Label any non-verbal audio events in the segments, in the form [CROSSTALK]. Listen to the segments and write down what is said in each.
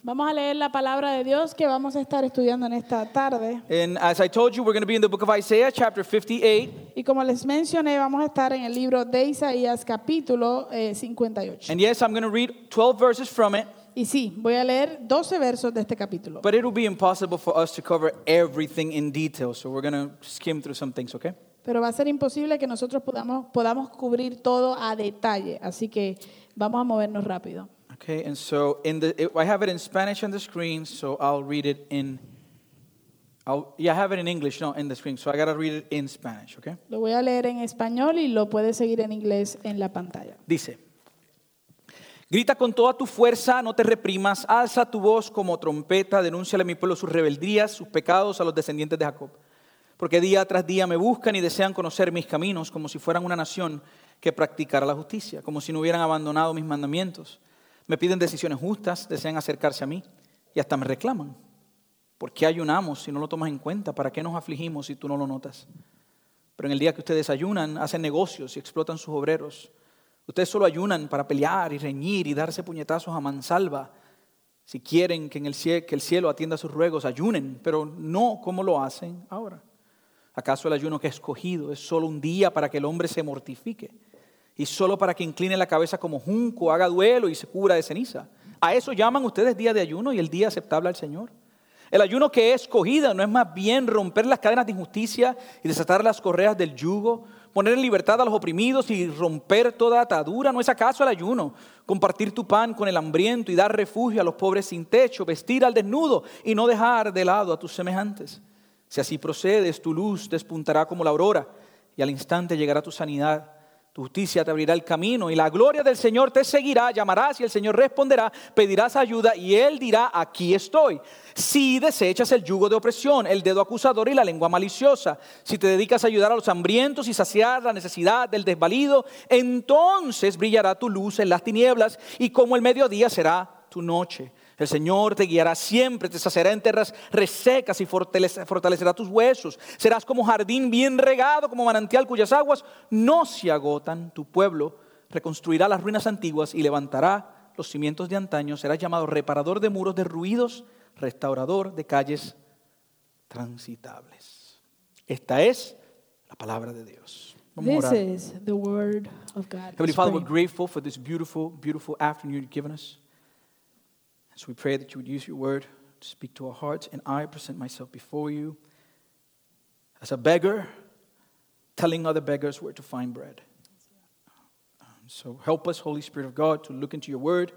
Vamos a leer la palabra de Dios que vamos a estar estudiando en esta tarde. And as I told you, we're going to be in the book of Isaiah, chapter 58. Y como les mencioné, vamos a estar en el libro de Isaías capítulo eh, 58. And yes, I'm going to read 12 verses from it, Y sí, voy a leer 12 versos de este capítulo. but it'll be impossible for us to cover everything in detail. So we're going to skim through some things, okay? Pero va a ser imposible que nosotros podamos, podamos cubrir todo a detalle. Así que vamos a movernos rápido. Okay, and so in the it, I have it in Spanish on the screen, so I'll read it in. I'll, yeah, I have it in English, no, in the screen, so I gotta read it in Spanish, okay? Lo voy a leer en español y lo puedes seguir en inglés en la pantalla. Dice, grita con toda tu fuerza, no te reprimas, alza tu voz como trompeta, denúnciale a mi pueblo sus rebeldías, sus pecados a los descendientes de Jacob. Porque día tras día me buscan y desean conocer mis caminos como si fueran una nación que practicara la justicia, como si no hubieran abandonado mis mandamientos. Me piden decisiones justas, desean acercarse a mí y hasta me reclaman. ¿Por qué ayunamos si no lo tomas en cuenta? ¿Para qué nos afligimos si tú no lo notas? Pero en el día que ustedes ayunan, hacen negocios y explotan sus obreros. Ustedes solo ayunan para pelear y reñir y darse puñetazos a mansalva. Si quieren que, en el, cie- que el cielo atienda sus ruegos, ayunen, pero no como lo hacen ahora. ¿Acaso el ayuno que he escogido es solo un día para que el hombre se mortifique? Y solo para que incline la cabeza como junco, haga duelo y se cubra de ceniza. A eso llaman ustedes día de ayuno y el día aceptable al Señor. El ayuno que he escogido no es más bien romper las cadenas de injusticia y desatar las correas del yugo, poner en libertad a los oprimidos y romper toda atadura. ¿No es acaso el ayuno? Compartir tu pan con el hambriento y dar refugio a los pobres sin techo, vestir al desnudo y no dejar de lado a tus semejantes. Si así procedes, tu luz despuntará como la aurora y al instante llegará tu sanidad. Tu justicia te abrirá el camino y la gloria del Señor te seguirá. Llamarás y el Señor responderá. Pedirás ayuda y Él dirá, aquí estoy. Si desechas el yugo de opresión, el dedo acusador y la lengua maliciosa, si te dedicas a ayudar a los hambrientos y saciar la necesidad del desvalido, entonces brillará tu luz en las tinieblas y como el mediodía será tu noche. El Señor te guiará siempre, te saciará en tierras resecas y fortalece- fortalecerá tus huesos. Serás como jardín bien regado, como manantial cuyas aguas no se agotan. Tu pueblo reconstruirá las ruinas antiguas y levantará los cimientos de antaño. Serás llamado reparador de muros derruidos, restaurador de calles transitables. Esta es la palabra de Dios. Vamos a This orar. is the word of God. Heavenly Let's Father, we're pray. grateful for this beautiful, beautiful afternoon you've given us. So we pray that you would use your word to speak to our hearts, and I present myself before you as a beggar, telling other beggars where to find bread. Um, so help us, Holy Spirit of God, to look into your word.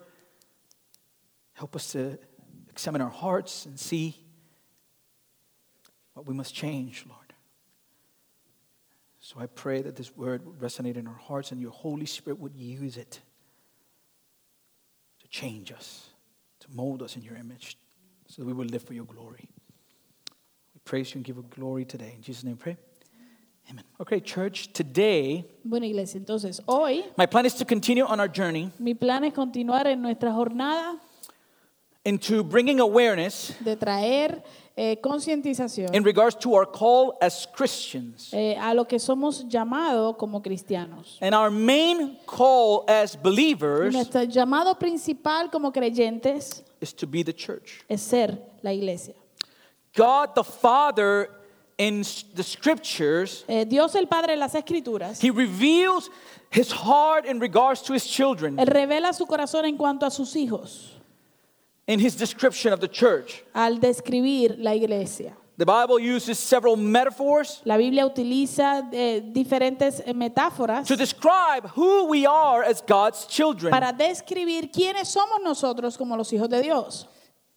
Help us to examine our hearts and see what we must change, Lord. So I pray that this word would resonate in our hearts and your Holy Spirit would use it to change us, to mold us in your image, so that we will live for your glory. We praise you and give you glory today. In Jesus' name we pray. Amen. Okay, church, today, Bueno, iglesia, entonces hoy my plan is to continue on our journey mi plan es continuar en nuestra jornada into bringing awareness de traer eh, concientización in regards to our call as Christians. eh, a lo que somos llamados como cristianos. And our main call as believers Nuestro llamado principal como creyentes is to be the church. es ser la iglesia. God the Father in s- the scriptures, Eh, Dios el Padre en las Escrituras, he reveals his heart in regards to his children Él revela su corazón en cuanto a sus hijos in his description of the church. al describir la iglesia. The Bible uses several metaphors La Biblia utiliza eh, diferentes eh, metáforas to describe who we are as God's children. para describir quiénes somos nosotros como los hijos de Dios.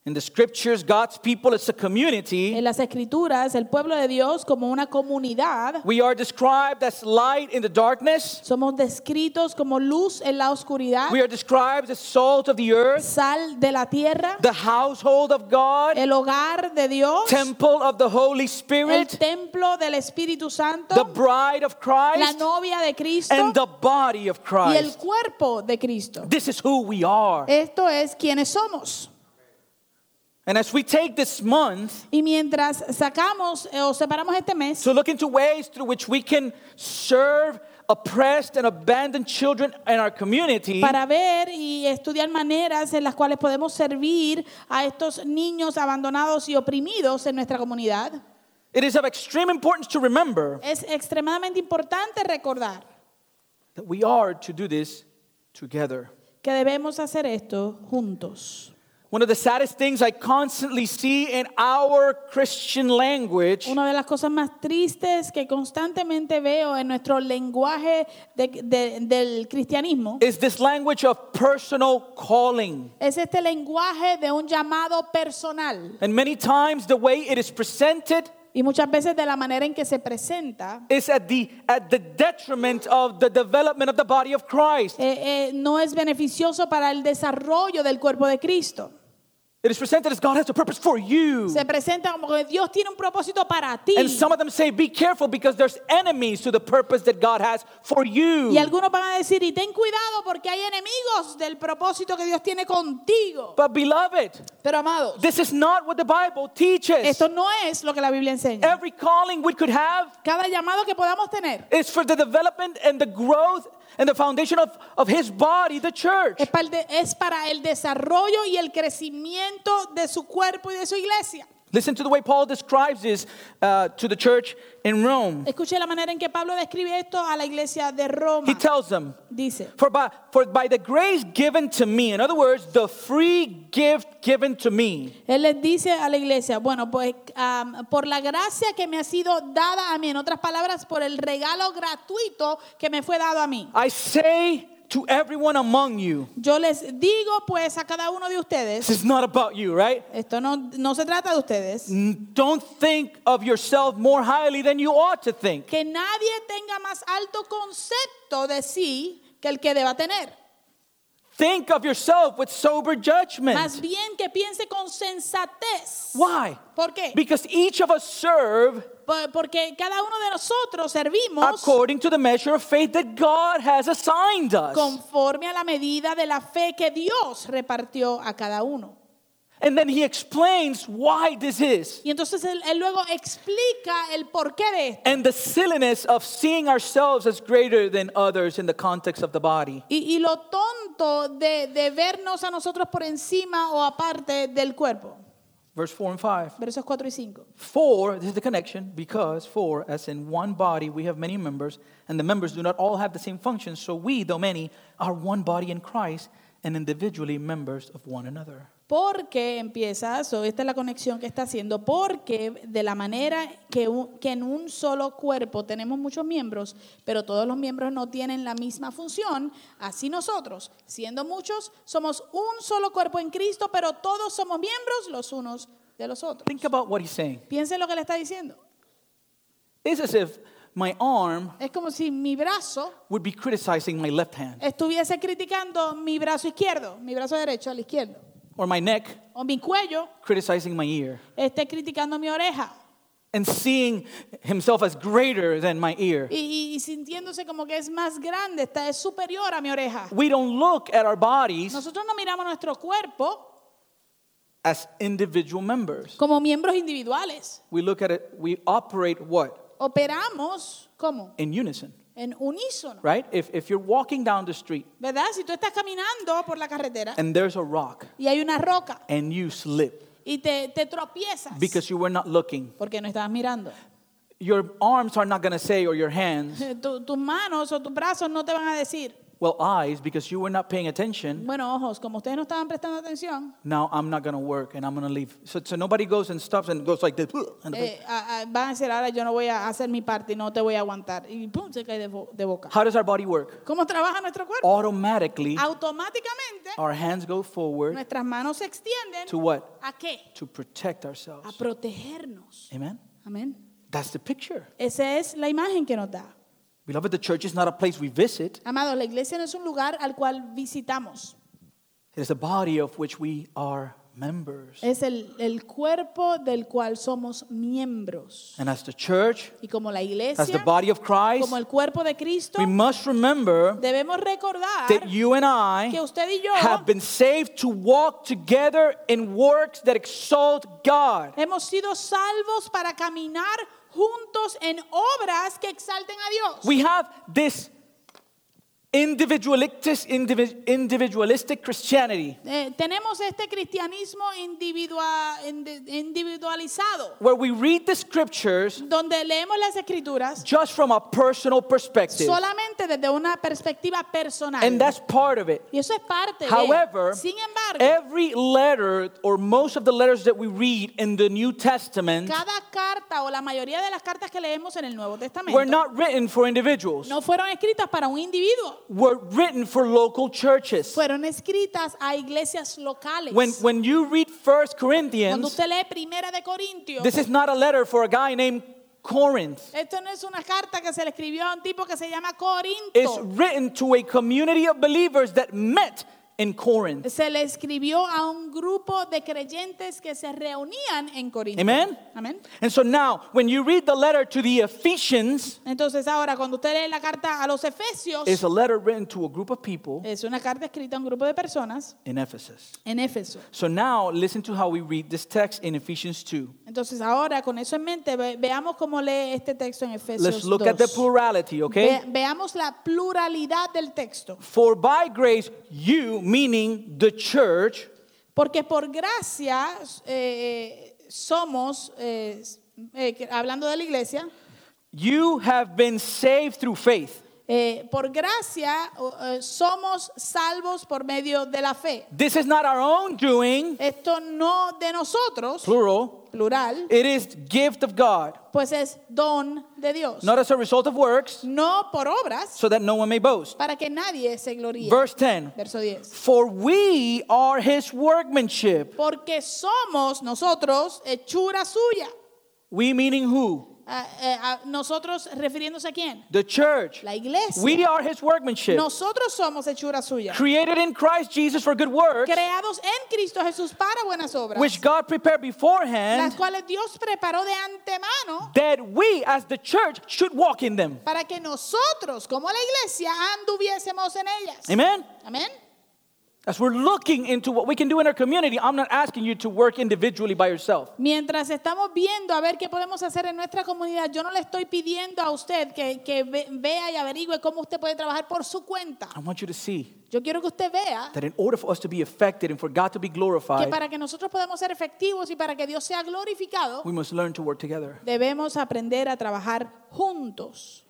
In the scriptures, God's people is a community. En las escrituras, el pueblo de Dios como una comunidad, We are described as light in the darkness. somos descritos como luz en la oscuridad, We are described as salt of the earth, sal de la tierra, the household of God, el hogar de Dios, temple of the Holy el Spirit, templo del Espíritu the Santo, bride of la Christ, novia de Cristo and the body of y el Christ. cuerpo de Cristo. This is who we are. Esto es quienes somos. And as we take this month Y mientras sacamos eh, o separamos este mes to look into ways through which we can serve oppressed and abandoned children in our community, para ver y estudiar maneras en las cuales podemos servir a estos niños abandonados y oprimidos en nuestra comunidad. it is of extreme importance to remember Es extremadamente importante recordar that we are to do this together. que debemos hacer esto juntos. One of the saddest things I constantly see in our Christian language Una de las cosas más tristes que constantemente veo en nuestro lenguaje de- de- del cristianismo is this language of personal calling. es este lenguaje de un llamado personal. And many times the way it is presented Y muchas veces de la manera en que se presenta, is at the at the detriment of the development of the body of Christ. eh, eh, no es beneficioso para el desarrollo del cuerpo de Cristo. It is presented as God has a purpose for you. Se presenta como que Dios tiene un propósito para ti. And some of them say, be careful because there's enemies to the purpose that God has for you. Y algunos van a decir, y ten cuidado porque hay enemigos del propósito que Dios tiene contigo. But beloved, Pero amados, this is not what the Bible teaches. esto no es lo que la Biblia enseña. Every calling we could have Cada llamado que podamos tener is for the development and the growth and the foundation of, of his body, the church. es para, el de- es para el desarrollo y el crecimiento de su cuerpo y de su iglesia. Listen to the way Paul describes this uh, to the church in Rome. Escuche la manera en que Pablo describe esto a la iglesia de He Roma. tells them, Dice, For by, for by the grace given to me, in other words, the free gift given to me, él les dice a la iglesia, bueno, pues am, por la gracia que me ha sido dada a mí, en otras palabras, por el regalo gratuito que me fue dado a mí. I say to everyone among you, Yo les digo pues a cada uno de this ustedes, is not about you, right? esto no, no se trata de ustedes, N- Don't think of yourself more highly than you ought to think. que nadie tenga más alto concepto de sí que el que deba tener. Think of yourself with sober Más judgment. bien que piense con sensatez. Why? ¿Por qué? Because each of us serve Por- Porque cada uno de nosotros servimos according to the measure of faith that God has assigned us. conforme a la medida de la fe que Dios repartió a cada uno. And then he explains why this is. Y entonces él, él luego explica el porqué de esto. and the silliness of seeing ourselves as greater than others in the context of the body. Y, y lo tonto de, de vernos a nosotros por encima o aparte del cuerpo. Verse 4 and 5. Versos 4 y 5. For, this is the connection, because, for, as in one body we have many members, and the members do not all have the same function, so we, though many, are one body in Christ and individually members of one another. Porque empiezas, o esta es la conexión que está haciendo, porque de la manera que, u- que en un solo cuerpo tenemos muchos miembros, pero todos los miembros no tienen la misma función, así nosotros, siendo muchos, somos un solo cuerpo en Cristo, pero todos somos miembros los unos de los otros. Think about what he's saying. Piensen lo que le está diciendo. It's as if my arm Es como si mi brazo would be criticizing my left hand, estuviese criticando mi brazo izquierdo, mi brazo derecho al izquierdo, or my neck o mi cuello criticizing my ear, esté criticando mi oreja. and seeing himself as greater than my ear. y, y- y sintiéndose como que es más grande, está, es superior a mi oreja. We don't look at our bodies Nosotros no miramos nuestro cuerpo as individual members. como miembros individuales. We look at it, we operate what? Operamos como In unison, en unísono, right? If, if you're walking down the street ¿verdad? Si tú estás caminando por la carretera and there's a rock y hay una roca and you slip y te, te tropiezas because you were not looking, porque no estabas mirando, [LAUGHS] your arms are not going to say, or your hands, Tu- tus manos o tus brazos no te van a decir, well, eyes, because you were not paying attention. bueno, ojos, como ustedes no estaban prestando atención, Now I'm not going to work and I'm going to leave. So, so nobody goes and stops and goes like this. and- eh, a- a- van a decir, ahora yo no voy a hacer mi parte y no te voy a aguantar. Y pum, se cae de, bo- de boca. How does our body work? ¿Cómo trabaja nuestro cuerpo? Automatically, automáticamente our hands go forward nuestras manos se extienden to what? a qué? To protect A ourselves. protegernos. Amen? Amén. That's the picture. Esa es la imagen que nos da. Beloved, the church is not a place we visit. Amados, la iglesia no es un lugar al cual visitamos. It is a body of which we are members. Es el, el cuerpo del cual somos miembros. And as the church, Y como la as the iglesia, body of Christ, como el cuerpo de Cristo, we must remember debemos recordar that you and que I usted y yo have been saved to walk together in works that exalt God. hemos sido salvos para caminar juntos en obras que exalten a Dios. We have this individualistic, indivi- individualistic Christianity, Eh, tenemos este cristianismo individua- indi- individualizado, where we read the scriptures donde leemos las escrituras just from a personal perspective. solamente desde una perspectiva personal. And that's part of it. y eso es parte However, de. Sin embargo, every letter or most of the letters that we read in the New Testament cada carta o la mayoría de las cartas que leemos en el Nuevo were Testamento not written for individuals, no fueron escritas para un individuo, were written for local churches. fueron escritas a iglesias locales. When, when you read 1 Cuando Corinthians, usted lee Primera de Corintios, this is not a letter for a guy named Corinth. esto no es una carta que se le escribió a un tipo que se llama Corinto. It's written to a community of believers that met in Corinth. se le escribió a un grupo de creyentes que se reunían en Corinto. Amen? Amén. And so now, when you read the letter to the Ephesians, Entonces ahora cuando usted lee la carta a los Efesios, it's a letter written to a group of people es una carta escrita a un grupo de personas in Ephesus. en Éfeso. So now listen to how we read this text in Ephesians 2. Entonces ahora con eso en mente ve- veamos cómo lee este texto en Efesios Let's look 2. at the plurality, okay? Ve- veamos la pluralidad del texto. For by grace you, meaning the church, Porque por gracia eh, somos, eh, eh, que- hablando de la iglesia, you have been saved through faith. eh, por gracia o- eh, somos salvos por medio de la fe. This is not our own doing, Esto no de nosotros, plural. plural, It is gift of God, pues es don de Dios. not as a result of works, No por obras, so that no one may boast. para que nadie se gloríe. Verse 10. Verso 10. For we are his workmanship. Porque somos nosotros hechura suya. We meaning who? Ah, eh, ah, nosotros refiriéndose a quién? The church. La iglesia. We are his workmanship. Nosotros somos hechura suya. Created in Christ Jesus for good works. Creados en Cristo Jesús para buenas obras. which God prepared las beforehand, cuales Dios preparó de antemano that we as the church should walk in them. para que nosotros, como la iglesia, anduviésemos en ellas. Amen? Amén. As we're looking into what we can do in our community, I'm not asking you to work individually by yourself. Mientras estamos viendo a ver qué podemos hacer en nuestra comunidad, yo no le estoy pidiendo a usted que, que ve- vea y averigüe cómo usted puede trabajar por su cuenta. I want you to see Yo quiero que usted vea that in order for us to be affected and for God to be que glorified, para que nosotros podamos ser efectivos y para que Dios sea glorificado, we must learn to work together. debemos aprender a trabajar juntos.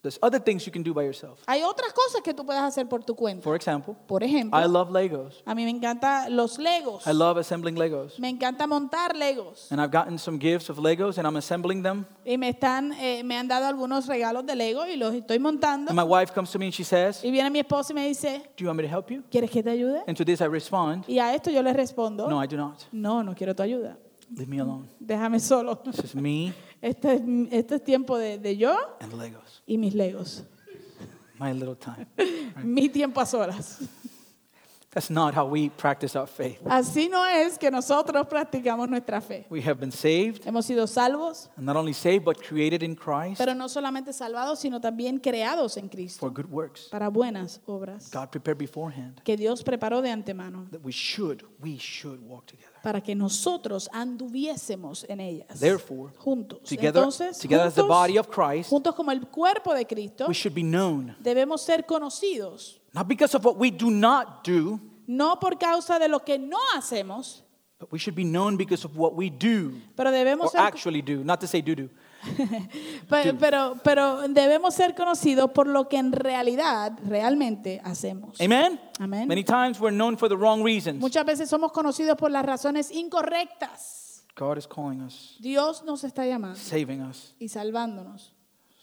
There's other things you can do by yourself. Hay otras cosas que tú puedes hacer por tu cuenta. For example, Por I ejemplo, love Legos. a mí me encantan los legos. I love assembling Legos. Me encanta montar legos. And I've gotten some gifts of Legos and I'm assembling them. Y me, están, eh, me han dado algunos regalos de lego y los estoy montando. And my wife comes to me and she says, Y viene mi esposo y me dice, Do you want me to help you? ¿Quieres que te ayude? And to this I respond, Y a esto yo le respondo, No, I do not. no, no quiero tu ayuda. Leave me alone. Déjame solo. [LAUGHS] This is me Este, es- este es tiempo de, de yo and Legos. y mis legos. My little time. [LAUGHS] Mi tiempo a solas. That's not how we practice our faith. Así no es que nosotros practicamos nuestra fe. We have been saved, Hemos sido salvos, and not only saved, but created in Christ pero no solamente salvados, sino también creados en Cristo for good works. para buenas obras God prepared beforehand que Dios preparó de antemano that we should, we should walk together. para que nosotros anduviésemos en ellas. Therefore, juntos. Together, Entonces, together as the body juntos, of Christ, juntos como el cuerpo de Cristo, we should be known, debemos ser conocidos not because of what we do not do, no por causa de lo que no hacemos, but we should be known because of what we do, pero or debemos ser, actually do, not to say do do. pe- pero, pero debemos ser conocidos por lo que en realidad realmente hacemos. Amen? Amen. Many times we're known for the wrong reasons. Muchas veces somos conocidos por las razones incorrectas. God is calling us, Dios nos está llamando saving us, y salvándonos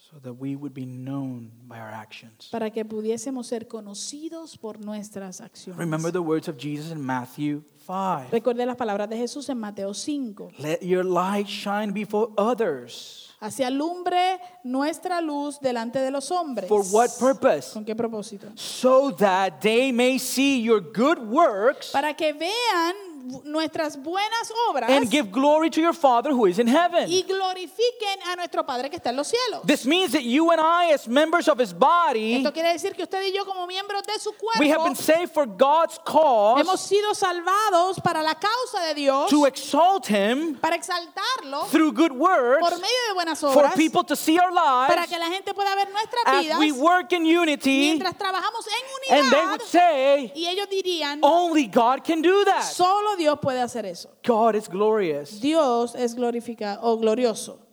so that we would be known by our actions. para que pudiésemos ser conocidos por nuestras Remember acciones. the words of Jesus in Matthew 5. Recordé las palabras de Jesús en Mateo 5. Let your light shine before others. Hacia alumbre nuestra luz delante de los hombres. For what purpose? ¿Con qué propósito? So that they may see your good works para que vean nues- nuestras buenas obras and give glory to your Father who is in heaven. y glorifiquen a nuestro Padre que está en los cielos. This means that you and I, as members of His body, Esto quiere decir que usted y yo como miembros de su we have cuerpo been saved for God's cause hemos sido salvados para la causa de Dios, to exalt Him para exaltarlo through good por works medio de buenas for obras, people to see our para lives que la gente pueda ver nuestras as vidas we work in unity, mientras trabajamos en and they unidad would say, y ellos dirían, only God can do that. solo Dios puede hacer eso. God is glorious. Dios es glorificado o glorioso.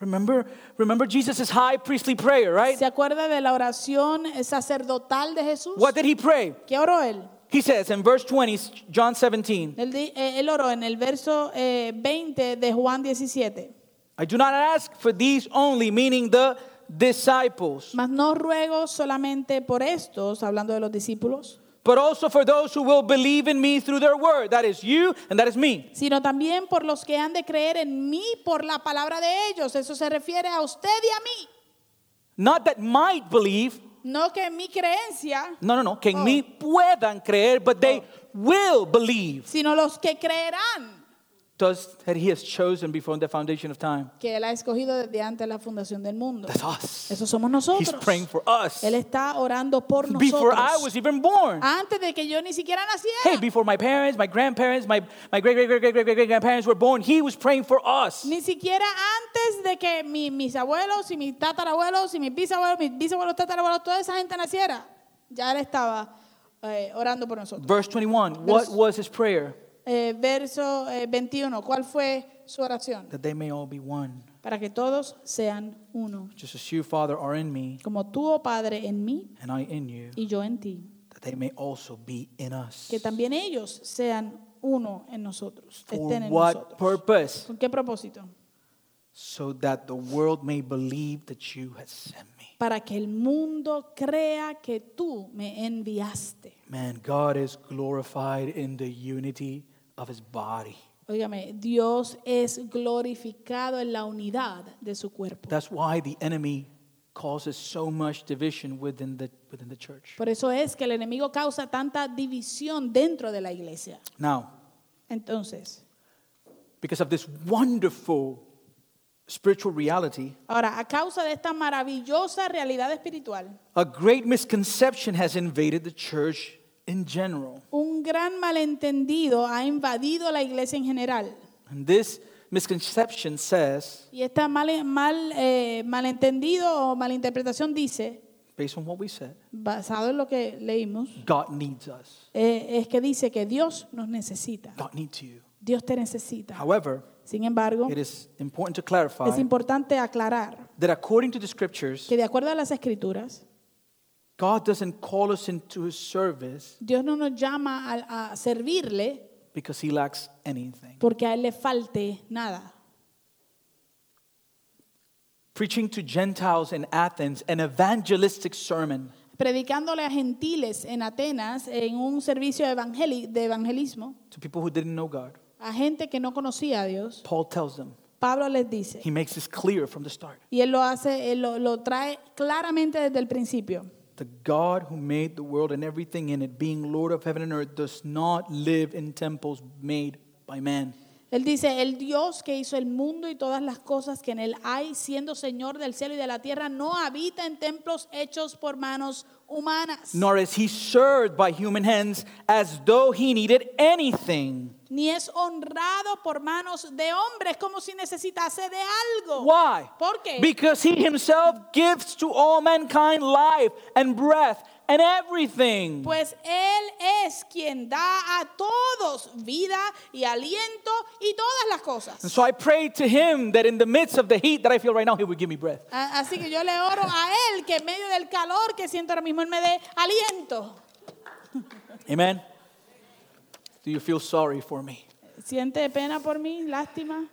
Remember, remember Jesus' high priestly prayer, right? ¿Se acuerda de la oración sacerdotal de Jesús? What did he pray? ¿Qué oró él? He says in verse 20, John 17, Él, di- eh, él oró en el verso eh, 20 de Juan 17. I do not ask for these only, meaning the disciples, Mas no ruego solamente por estos, hablando de los discípulos, but also for those who will believe in me through their word. That is you and that is me. sino también por los que han de creer en mí por la palabra de ellos. Eso se refiere a usted y a mí. Not that might believe, No que en mi creencia, no, no, no, que en Oh. mí puedan creer, but they will believe. sino los que creerán Thus, that he has chosen before the foundation of time. que Él ha escogido desde antes la fundación del mundo. That's us. Eso somos He's nosotros. praying for us. Él está orando por Before I nosotros. Ah. was even born. Antes de que yo ni siquiera naciera. Hey, before my parents, my grandparents, my, my great, great, great, great, great, great, great grandparents were born, he was praying for us. Ni siquiera antes de que mi- mis abuelos y mis tatarabuelos y mis bisabuelos, mis bisabuelos, tatarabuelos, toda esa gente naciera, ya él estaba eh, orando por nosotros. Verse 21, what Verse- was his prayer? Eh, verso eh, 21, ¿cuál fue su oración? That they may all be one, Para que todos sean uno, just as you, Father, are in me como tú, oh Padre, en mí and I in you, y yo en ti, that they may also be in us. que también ellos sean uno en nosotros, For estén en what nosotros. purpose? ¿Con qué propósito? So that the world may believe that you have sent me. Para que el mundo crea que tú me enviaste. Man, God is glorified in the unity of his body. Óigame, Dios es glorificado en la unidad de su cuerpo. That's why the enemy causes so much division within the, within the church. Por eso es que el enemigo causa tanta división dentro de la iglesia. Now, Entonces, because of this wonderful spiritual reality, ahora, a causa de esta maravillosa realidad espiritual, a great misconception has invaded the church in general. un gran malentendido ha invadido la iglesia en general. And this misconception says, Y este mal, mal, eh, malentendido o malinterpretación dice, based on what we said, basado en lo que leímos, God needs us. eh, es que dice que Dios nos necesita. God needs you. Dios te necesita. However, Sin embargo, it is important to Es clarify importante aclarar that according to the scriptures, que de acuerdo a las escrituras, God doesn't call us into his service Dios no nos llama a, a servirle because he lacks anything. porque a Él le falte nada. Preaching to Gentiles in Athens, an evangelistic sermon Predicándole a gentiles en Atenas en un servicio evangeli- de evangelismo, to people who didn't know God, a gente que no conocía a Dios, Paul tells them, Pablo les dice, He makes this clear from the start. y Él lo hace, Él lo, lo trae claramente desde el principio. The God who made the world and everything in it, being Lord of heaven and earth, does not live in temples made by man. Él dice, el Dios que hizo el mundo y todas las cosas que en él hay, siendo Señor del cielo y de la tierra, no habita en templos hechos por manos humanas. Nor is he served by human hands as though he needed anything. ni es honrado por manos de hombres, como si necesitase de algo. Why? ¿Por qué? Because he himself gives to all mankind life and breath and everything. Pues Él es quien da a todos vida y aliento y todas las And cosas. so I pray to him that in the midst of the heat that I feel right now, he would give me breath. A- Así que yo le oro a Él que en medio del calor que siento ahora mismo Él me dé aliento. Amen. Do you feel sorry for me? ¿Siente pena por mí? [LAUGHS] Lástima.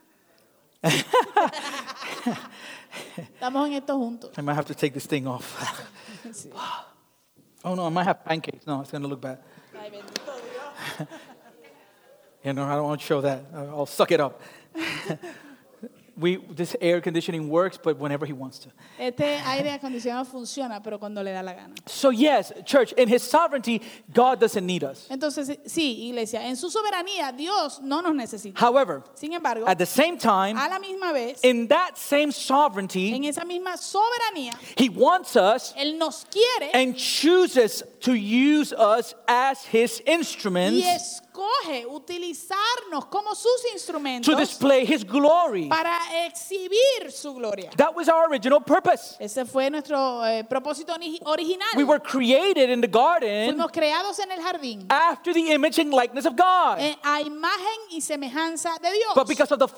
Estamos en esto juntos. I might have to take this thing off. [LAUGHS] Sí. Oh no, I might have pancakes. No, it's gonna look bad. Ay, bendito Dios. You know, I don't want to show that. I'll suck it up. [LAUGHS] we, this air conditioning works, but whenever he wants to. Este aire acondicionado funciona, pero cuando le da la gana. So, yes, church, in his sovereignty, God doesn't need us. Entonces, sí, iglesia, en su soberanía Dios no nos necesita. However, Sin embargo, at the same time, a la misma vez, in that same en sovereignty, esa misma soberanía, he wants us Él nos quiere and chooses to use us as his y instruments escoge utilizarnos como sus to instrumentos display his glory. para exhibir su gloria. That was our original purpose. Ese fue nuestro eh, propósito ni- original. We were created in the garden Fuimos creados en el jardín after the image and likeness of God. eh, a imagen y semejanza de Dios. But because of the Pero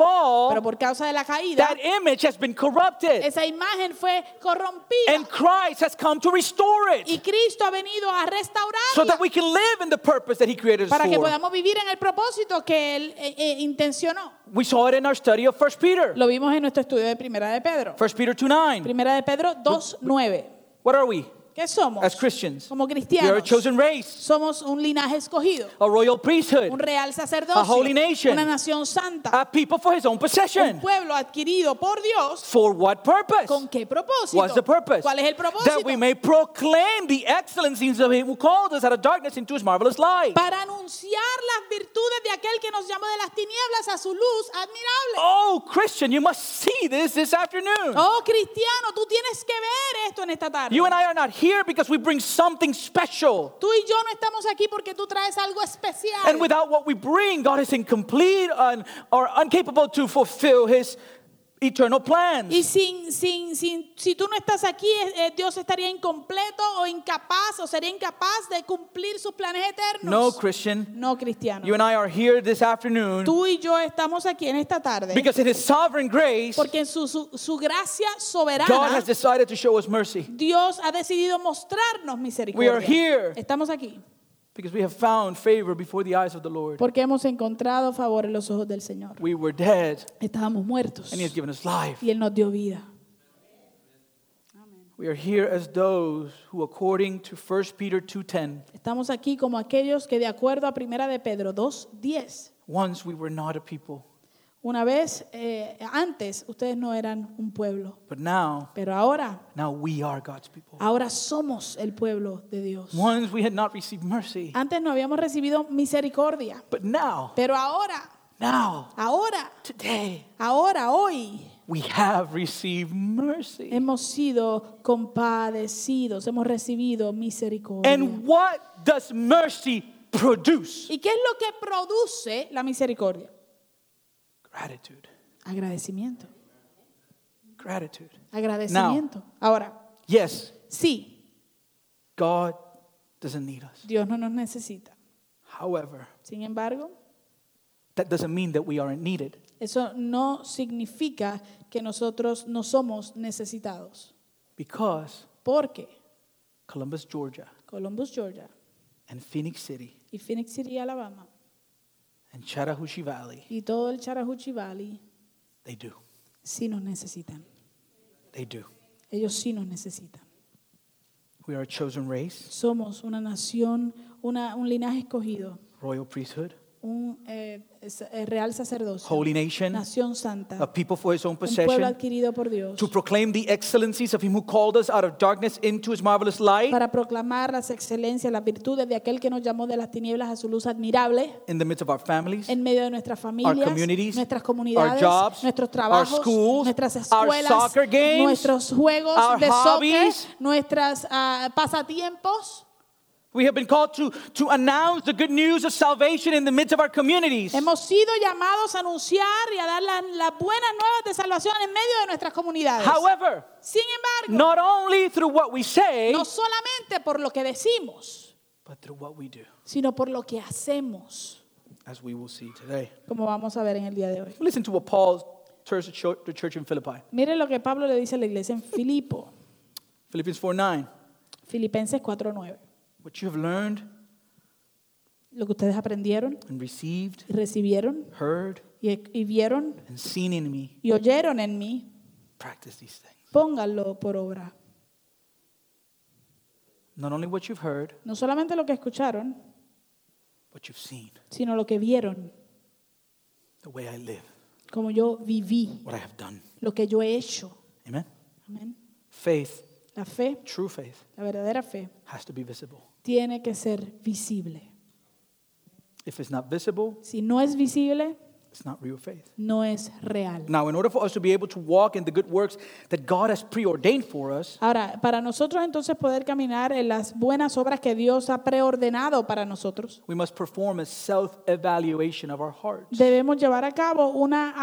fall, por causa de la caída, that image has been corrupted, esa imagen fue corrompida and Christ has come to restore y it Cristo ha venido a so restaurarla that we can live in the purpose that He created us para que for. podamos vivir en el propósito que Él eh, eh, intencionó. We saw it in our study of 1 Peter, Lo vimos en nuestro estudio de Primera de Pedro. 1 Peter 2 9. Primera de Pedro 2.9. What are we ¿Qué somos? as Christians? Como We are a cristianos, chosen race, somos un linaje escogido, a royal un priesthood, real sacerdocio, A holy nation. una nación santa, a people for His own un possession. pueblo adquirido por Dios. For what purpose? ¿Con qué propósito? What's the purpose? ¿Cuál es el That propósito? we may proclaim the excellencies of Him who called us out of darkness into His marvelous light. Para anunciar las virtudes de aquel que nos llamó de las tinieblas a su luz admirable. Oh, Christian, you must see this this afternoon. Oh, cristiano, tú tienes que ver esto en esta tarde. You and I are not here because we bring something special. Tú y yo no estamos aquí porque tú traes algo especial. And without what we bring, God is incomplete and are incapable to fulfill His eternal plans. Y sin, sin, sin, si tú no estás aquí, eh, eh, Dios estaría incompleto o incapaz o sería incapaz de cumplir sus planes No, eternos. Christian, No, cristiano. you and I are here this afternoon Tú y yo estamos aquí en esta tarde because in His sovereign grace, porque en su, su, su gracia God has soberana decided to show us mercy Dios ha decidido mostrarnos misericordia. We are here. Estamos aquí because we have found favor before the eyes of the Lord. porque hemos encontrado favor en los ojos del Señor. We were dead, Estábamos muertos and He has given us life. y Él nos dio vida. We are here as those who, according to 1 Peter 2.10, Estamos aquí como aquellos que de acuerdo a Primera de Pedro 2.10, once we were not a people, una vez eh, antes ustedes no eran un pueblo, but now, pero ahora, now we are God's people. ahora somos el pueblo de Dios. Once we had not received mercy, Antes no habíamos recibido misericordia, but now, pero ahora, now, ahora, today, ahora, hoy we have received mercy. hemos sido compadecidos, hemos recibido misericordia. And what does mercy produce? ¿Y qué es lo que produce la misericordia? Gratitude. Agradecimiento. Gratitude. Agradecimiento. Ahora, Yes, sí, God doesn't need us. Dios no nos necesita. However, Sin embargo, that doesn't mean that we aren't needed. eso no significa que nosotros no somos necesitados. Because Porque Columbus, Georgia, Columbus, Georgia and Phoenix City y Phoenix City, Alabama and Chattahoochee Valley, y todo el Chattahoochee Valley they do. sí nos necesitan. They do. Ellos sí nos necesitan. We are a chosen race, Somos una nación, una- un linaje escogido, royal priesthood, un eh, es- eh, real sacerdocio, holy nation, nación a santa, people for his own un pueblo possession, adquirido por Dios to proclaim the excellencies of him who called us out of darkness into his marvelous light para proclamar las excelencias, las virtudes de aquel que nos llamó de las tinieblas a su luz admirable in the midst of our families, en medio de nuestras our familias, communities, nuestras our comunidades, jobs, nuestros our trabajos, schools, nuestras our escuelas, soccer games, nuestros juegos our de hobbies. soccer, nuestros pasatiempos. We have been called to, to announce the good news of salvation in the midst of our communities. Hemos sido llamados a anunciar y a dar las, las buenas nuevas de salvación en medio de nuestras comunidades. However, Sin embargo, not only through what we say, no solamente por lo que decimos, but through what we do, sino por lo que hacemos, as we will see today. como vamos a ver en el día de hoy. Listen to what Paul tells the church- the church in Philippi. Miren lo que Pablo le dice a la iglesia en Filipo, Philippians 4 9. Filipenses 4:9. What you have learned Lo que ustedes aprendieron and received, y recibieron heard, y, y vieron and seen in me, y oyeron en mí, practice these things. pónganlo por obra. Not only what you've heard, No solamente lo que escucharon, what you've seen, sino lo que vieron, the way I live, como yo viví, what I have done. lo que yo he hecho. Amen. Amén. Faith, La fe, true faith, la verdadera fe, has to be visible. tiene que ser visible. If it's not visible, Si no es visible, it's not real faith. no es real. Now, in order for us to be able to walk in the good works that God has preordained for us, Ahora, para nosotros entonces poder caminar en las buenas obras que Dios ha preordenado para nosotros, we must perform a self evaluation of our hearts. debemos llevar a cabo una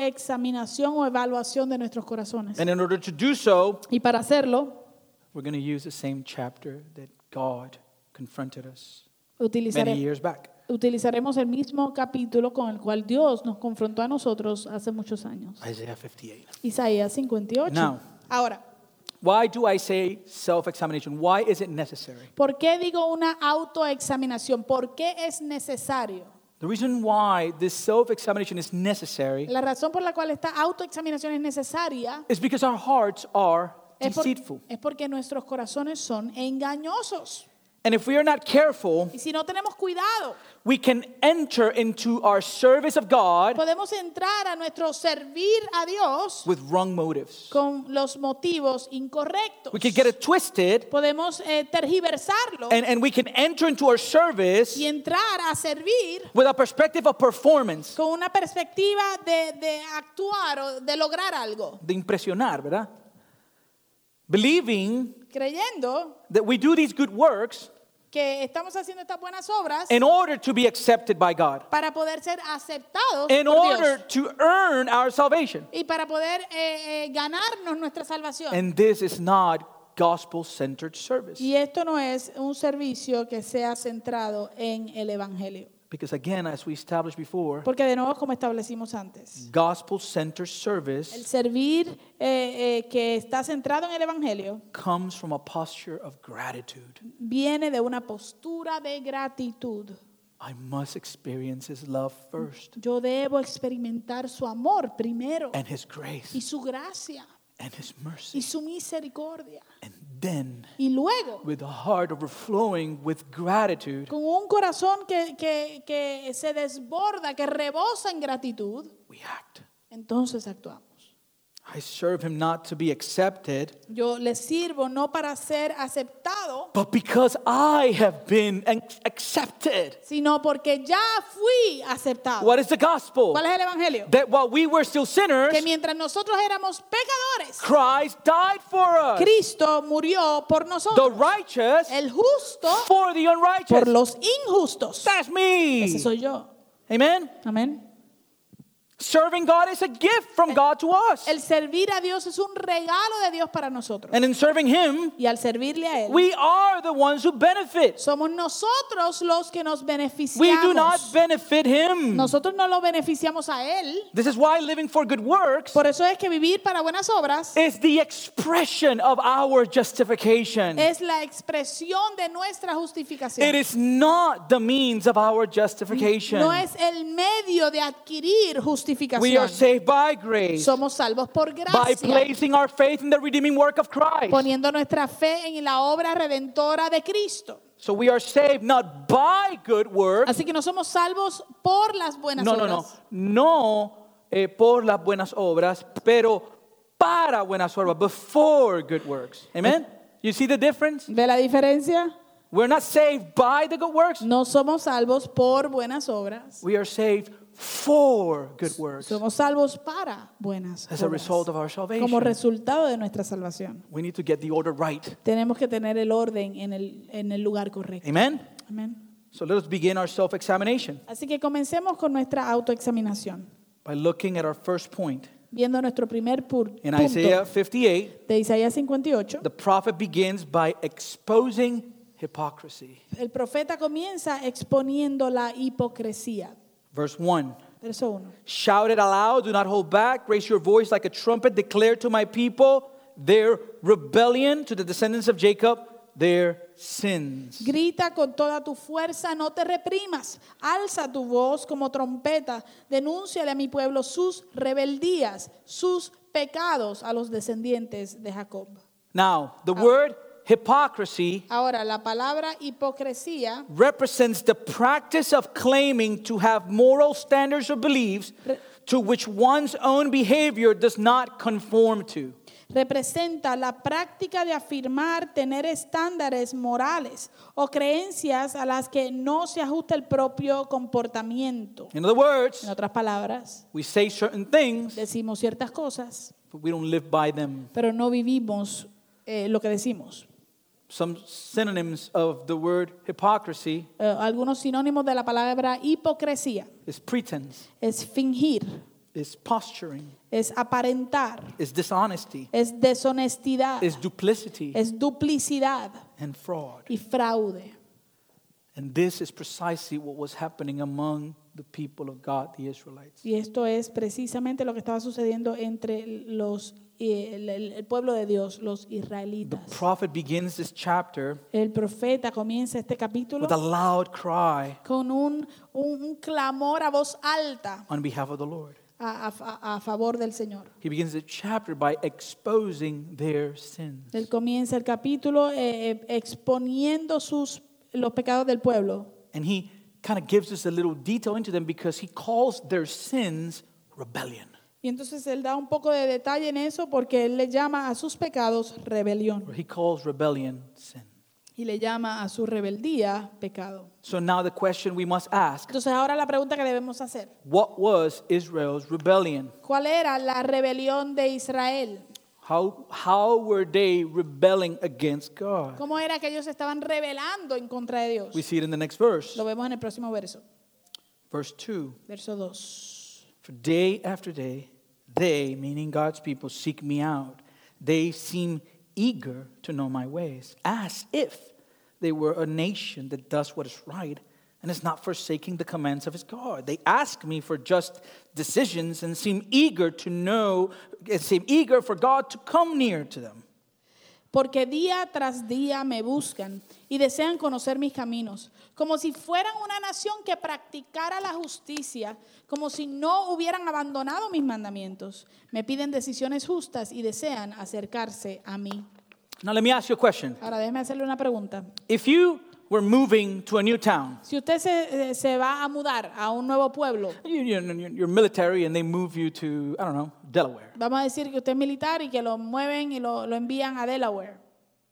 autoexaminación o evaluación de nuestros corazones. And in order to do so, Y para hacerlo, we're going to use the same chapter that God confronted us many utilizare- years back. utilizaremos el mismo capítulo con el cual Dios nos confrontó a nosotros hace muchos años. Isaiah 58. Isaías 58. Now. Ahora, Why do I say self examination? Why is it necessary? ¿por qué digo una autoexaminación? ¿Por qué es necesario? The reason why this self examination is necessary La razón por la cual esta autoexaminación es necesaria is because our hearts are es, por- deceitful. es porque nuestros corazones son engañosos. And if we are not careful, Y si no tenemos cuidado, we can enter into our service of God podemos entrar a nuestro servir a Dios with wrong motives. con los motivos incorrectos. We can get it twisted Podemos eh, tergiversarlo and, and we can enter into our service y entrar a servir with a perspective of performance. con una perspectiva de, de actuar o de lograr algo, De impresionar, ¿verdad? Believing creyendo that we do these good works que estamos haciendo estas buenas obras in order to be accepted by God. para poder ser aceptados in Oh, por order Dios to earn our salvation. y para poder eh, eh, ganarnos nuestra salvación. And this is not gospel centered service. Y esto no es un servicio que sea centrado en el Evangelio. Because again, as we established before, Porque de nuevo, como establecimos antes, gospel centered el service servir eh, eh, que está centrado en el Evangelio comes from a posture of gratitude. viene de una postura de gratitud. I must experience His love first, Yo debo experimentar su amor primero and His y grace, su gracia and His y mercy. su misericordia. And then, Y luego, with a heart overflowing with gratitude, con un corazón que, que- que se desborda, que rebosa en gratitud, we act. entonces actuamos. I serve Him not to be accepted, Yo le sirvo no para ser aceptado, but because I have been ac- accepted. sino porque ya fui aceptado. What is the gospel? ¿Cuál es el evangelio? that while we were still sinners, Que mientras nosotros éramos pecadores, Christ died for us. Cristo murió por The nosotros, righteous el justo for the por unrighteous. los injustos. That's Ese me. soy yo. Amen. Amén. Serving God is a gift from God to us. El servir a Dios es un regalo de Dios para nosotros. And in serving Him, Y al servirle a él, we are the ones who benefit. somos nosotros los que nos We do not beneficiamos. benefit Him. Nosotros no lo beneficiamos a él. This is why living for good works Por eso es que vivir para buenas obras is the expression of our justification. It es la expresión de nuestra justificación. is not the means of our No justification. es el medio de adquirir We are justificación. saved by grace. Somos salvos por by gracia, placing our faith in the redeeming work of Christ. poniendo nuestra fe en la obra redentora de Cristo. So we are saved not by good works. Así que no somos salvos por las buenas No, no, obras, no. No eh, por las buenas obras, pero para buenas obras, before good works. Amen? You see the difference? ¿Ve la diferencia? We're not saved by the good works. No somos salvos por buenas obras. We are saved for good works Somos salvos para buenas as a obras. result of our Como salvation. resultado de nuestra salvación. We need to get the order right. Tenemos que tener el orden en el, en el lugar correcto. Amen? Amén. So let us begin our self examination Así que comencemos con nuestra autoexaminación, by looking at our first point. viendo nuestro primer pur- In punto. Isaiah 58, de Isaías 58, The prophet begins by exposing hypocrisy. el profeta comienza exponiendo la hipocresía. Verse 1 Verso 1. Shout it aloud, do not hold back, raise your voice like a trumpet, declare to my people their rebellion, to the descendants of Jacob, their sins. Grita con toda tu fuerza, no te reprimas. Alza tu voz como trompeta. Denúnciale a mi pueblo sus rebeldías, sus pecados a los descendientes de Jacob. Now, the word hypocrisy Ahora, la palabra hipocresía represents the practice of claiming to have moral standards or beliefs to which one's own behavior does not conform to. representa la práctica de afirmar tener estándares morales o creencias a las que no se ajusta el propio comportamiento. In other words, En otras palabras, we say certain things, decimos ciertas cosas, but we don't live by them. pero no vivimos eh, lo que decimos. Some synonyms of the word hypocrisy Eh, algunos sinónimos de la palabra hipocresía is pretense, es fingir, is posturing, es aparentar, is dishonesty, es deshonestidad, is duplicity, es duplicidad and fraud. y fraude. And this is precisely what was happening among the people of God, the Israelites. Y esto es precisamente lo que estaba sucediendo entre los, eh, el, el- el pueblo de Dios, los The israelitas. prophet begins this chapter El profeta comienza este capítulo with a loud cry con un, un- un clamor a voz alta on behalf of the Lord. a, a- a favor del Señor. He begins the chapter by exposing their sins. Él comienza el capítulo eh, eh, exponiendo sus, los pecados del pueblo. And he kind of gives us a little detail into them because he calls their sins rebellion. Y entonces él da un poco de detalle en eso porque él le llama a sus pecados Or rebelión he calls rebellion sin. y le llama a su rebeldía pecado. So now the question we must ask Entonces ahora la pregunta que debemos hacer. what was Israel's rebellion? ¿Cuál era la rebelión de Israel? How, how were they rebelling against God? ¿Cómo era que ellos estaban rebelando en contra de Dios? We see it in the next verse, Lo vemos en el próximo verso, verse 2. verso 2. For day after day, they, meaning God's people, seek me out. They seem eager to know my ways, as if they were a nation that does what is right and is not forsaking the commands of his God. They ask me for just decisions and seem eager to know, seem eager for God to come near to them. Porque día tras día me buscan y desean conocer mis caminos, como si fueran una nación que practicara la justicia, como si no hubieran abandonado mis mandamientos. Me piden decisiones justas y desean acercarse a mí. Now, let me ask you a question. Ahora déjeme hacerle una pregunta. If you were moving to a new town, Si usted se, eh, se va a mudar a un nuevo pueblo, you- you- you're military and they move you to, I don't know, Delaware, Vamos a decir que usted es militar y que lo mueven y lo, lo envían a Delaware.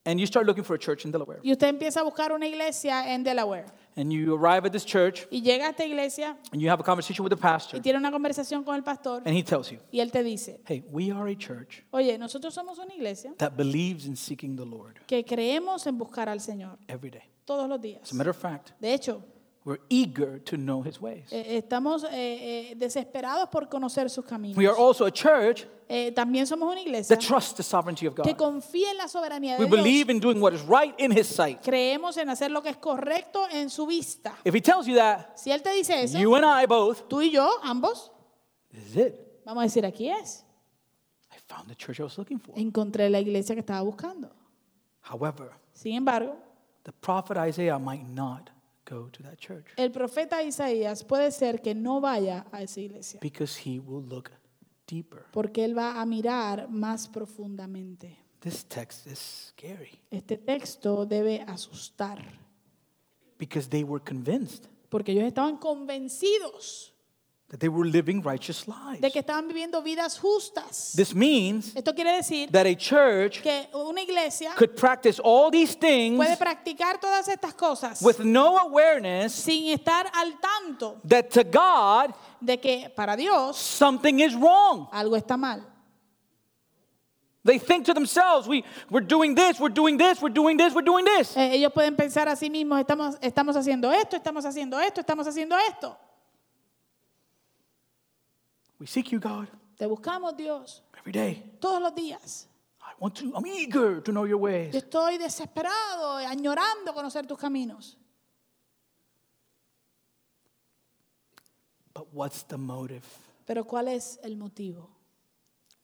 and you start looking for a church in Delaware. Y usted empieza a buscar una iglesia en Delaware. and you arrive at this church Y llega a esta iglesia and you have a conversation with the y pastor tiene una conversación con el pastor and he tells you y él te dice, hey we are a church oye, nosotros somos una iglesia that believes in seeking the lord que creemos en buscar al Señor every day todos los días. as a matter of fact De hecho, we're eager to know his ways eh, estamos eh, eh, desesperados por conocer sus caminos. we are also a church Eh, también somos una iglesia that trusts the sovereignty of que god confía en la soberanía we de Dios. believe in doing what is right in his sight Creemos en hacer lo que es correcto en su vista. if he tells you that Si él te dice eso, you and i both tú y yo, ambos, this is it Vamos a decir, aquí es. i found the church i was looking for Encontré la iglesia que estaba buscando. however Sin embargo, the prophet isaiah might not go to that church el profeta Isaías puede ser que no vaya a esa iglesia, because he will look deeper porque él va a mirar más profundamente. this text is scary Este texto debe asustar, because they were convinced porque ellos estaban convencidos that they were living righteous lives. de que estaban viviendo vidas justas. This means Esto quiere decir that a church que una iglesia could practice all these things puede practicar todas estas cosas with no awareness sin estar al tanto that to God de que para Dios something is wrong. algo está mal. They think to themselves, we, we're doing this, we're doing this, we're doing this, we're doing this. Eh, ellos pueden pensar a sí mismos, estamos, estamos haciendo esto, estamos haciendo esto, estamos haciendo esto. We seek you, God, Te buscamos, Dios, every day. todos los días. I want to, I'm eager to know your Yo ways. estoy desesperado, añorando conocer tus caminos. But what's the motive? Pero ¿cuál es el motivo?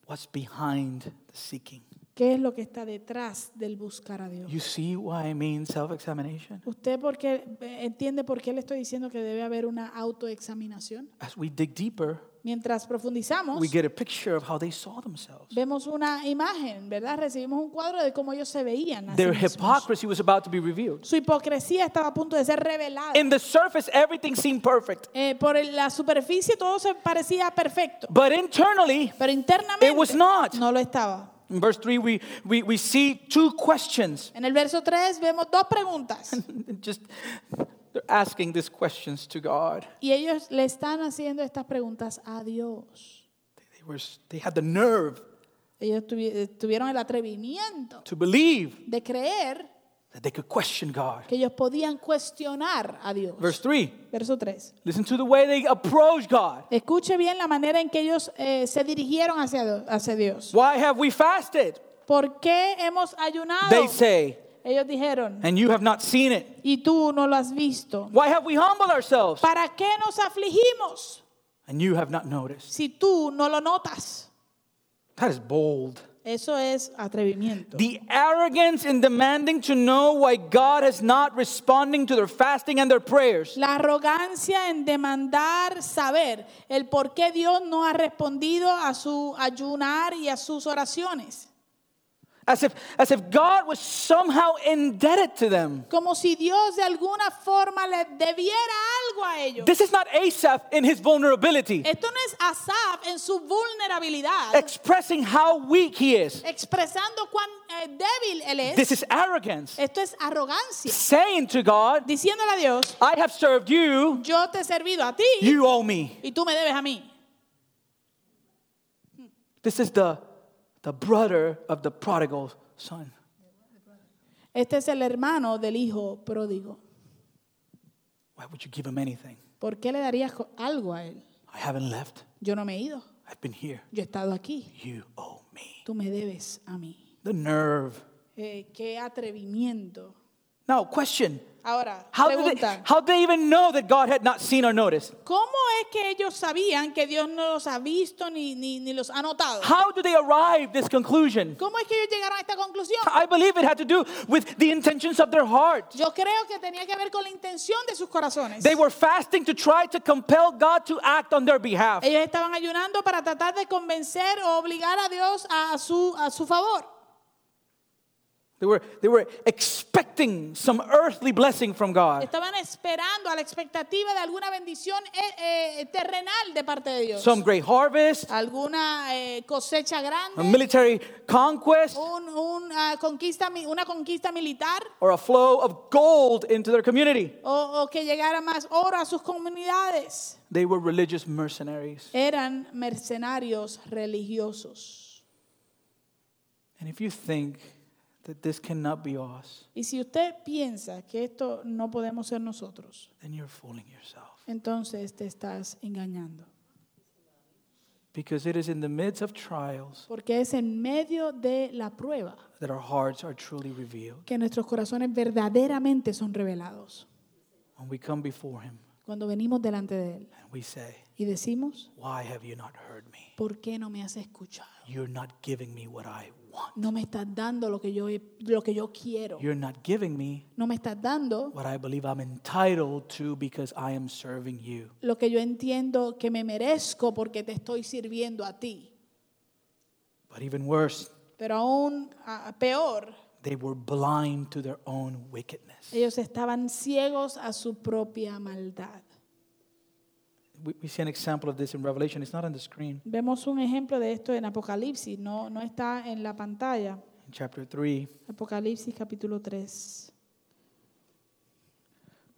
What's behind the seeking? ¿Qué es lo que está detrás del buscar a Dios? You see why I mean self examination? ¿Usted porque entiende por qué le estoy diciendo que debe haber una autoexaminación? As we dig deeper, Mientras profundizamos, we get a picture of how they saw themselves. vemos una imagen, ¿verdad? Recibimos un cuadro de cómo ellos se veían. a sí Their mismos. hypocrisy was about to be revealed. Su hipocresía estaba a punto de ser revelada. In the surface, everything seemed perfect, Eh, por el- la superficie todo se parecía perfecto, but internally, pero internamente It was not. no lo estaba. in verse 3, we, we, we see two questions. En el verso 3 vemos dos [LAUGHS] preguntas Just they're asking these questions to God. y ellos le están haciendo estas preguntas a Dios. They, were, they had the nerve Ellos tuvi- eh, tuvieron el atrevimiento to believe de creer that they could question God. que ellos podían cuestionar a Dios. Verse 3, Verso 3. listen to the way they approach God. Escuche bien la manera en que ellos eh, se dirigieron hacia, Do- hacia Dios. Why have we fasted? ¿Por qué hemos ayunado? They say, Ellos dijeron, and you have not seen it. y tú no lo has visto. Why have we humbled ourselves? ¿Para qué nos afligimos And you have not noticed. si tú no lo notas? That is bold. Eso es atrevimiento. The arrogance in demanding to know why God is not responding to their fasting and their prayers. La arrogancia en demandar saber el por qué Dios no ha respondido a su ayunar y a sus oraciones. As if, as if God was somehow indebted to them. Como si Dios de alguna forma le debiera algo a ellos. This is not Asaph in his vulnerability, Esto no es Asaf en su vulnerabilidad, expressing how weak he is. expresando cuán eh, débil él es. This is arrogance. Esto es arrogancia. Saying to God, Diciéndole a Dios, I have served you, yo te he servido a ti you owe me. y tú me debes a mí. This is the, the brother of the prodigal son. Este es el hermano del hijo pródigo. Why would you give him anything? ¿Por qué le darías co- algo a él? I haven't left. Yo no me he ido. I've been here. Yo he estado aquí. You owe me. Tú me debes a mí. The nerve. Eh, qué atrevimiento. Now, question. Ahora, How did, they, pregunta. how did they even know that God had not seen or noticed? ¿Cómo es que ellos sabían que Dios no los ha visto ni, ni, ni los ha notado? How do they arrive this conclusion? ¿Cómo es que ellos llegaron a esta conclusión? I believe it had to do with the intentions of their heart. Yo creo que tenía que ver con la intención de sus corazones. They were fasting to try to compel God to act on their behalf. Ellos estaban ayunando para tratar de convencer o obligar a Dios a su, a su favor. They were, they were expecting some earthly blessing from God. Estaban esperando a la expectativa de alguna bendición eh, eh, terrenal de parte de Dios. Some great harvest, alguna eh, cosecha a grande, military conquest, un- un, ah, conquista, mi- una conquista militar or a flow of gold into their community. o, o que llegara más oro a sus comunidades. They were religious mercenaries. Eran mercenarios religiosos. And if you think that this cannot be us, Y si usted piensa que esto no podemos ser nosotros, then you're fooling yourself. entonces te estás engañando. Because it is in the midst of trials Porque es en medio de la prueba that our hearts are truly revealed. que nuestros corazones verdaderamente son revelados. When we come before Him Cuando venimos delante de Él and we say, y decimos, Why have you not heard me? ¿por qué no me has escuchado? You're not giving me what I want. No me estás dando lo que yo, he- lo que yo quiero. You're not giving me No me estás dando what I believe I'm entitled to because I am serving you. lo que yo entiendo que me merezco porque te estoy sirviendo a ti. But even worse, Pero aún ah, peor, they were blind to their own wickedness. ellos estaban ciegos a su propia maldad. We, we see an example of this in Revelation. It's not on the screen. Vemos un ejemplo de esto en Apocalipsis, no, no está en la pantalla. In chapter 3, Apocalipsis capítulo 3,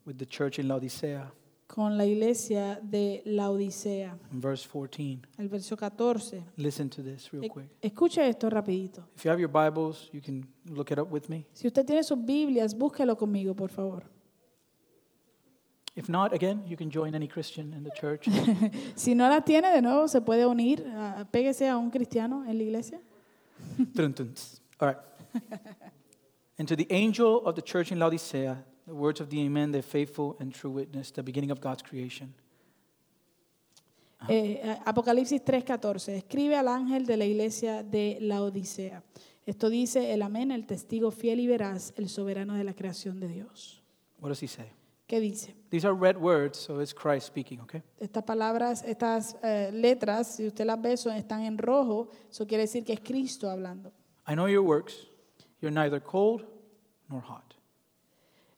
with the church in Laodicea, con la iglesia de la Odisea, in verse 14. el verso 14. Listen to this real E- quick. Escuche esto rapidito. If you have your Bibles, you can look it up with me. Si usted tiene sus Biblias, búsquelo conmigo, por favor. If not, again, you can join any Christian in the church. Si no la tiene, de nuevo se puede unir. ah, Pégese a un cristiano en la iglesia. Dun, dun, tss. All right. And to the angel of the church in Laodicea, the words of the Amen, the faithful and true witness, the beginning of God's creation. Eh, Apocalipsis 3:14. Escribe al ángel de la iglesia de la Odisea. Esto dice el amén, el testigo fiel y veraz, el soberano de la creación de Dios. What does he say? ¿Qué dice? These are red words, so it's Christ speaking, okay? Estas palabras, estas eh, letras, si usted las ve, son- están en rojo. Eso quiere decir que es Cristo hablando. I know your works. You're neither cold nor hot.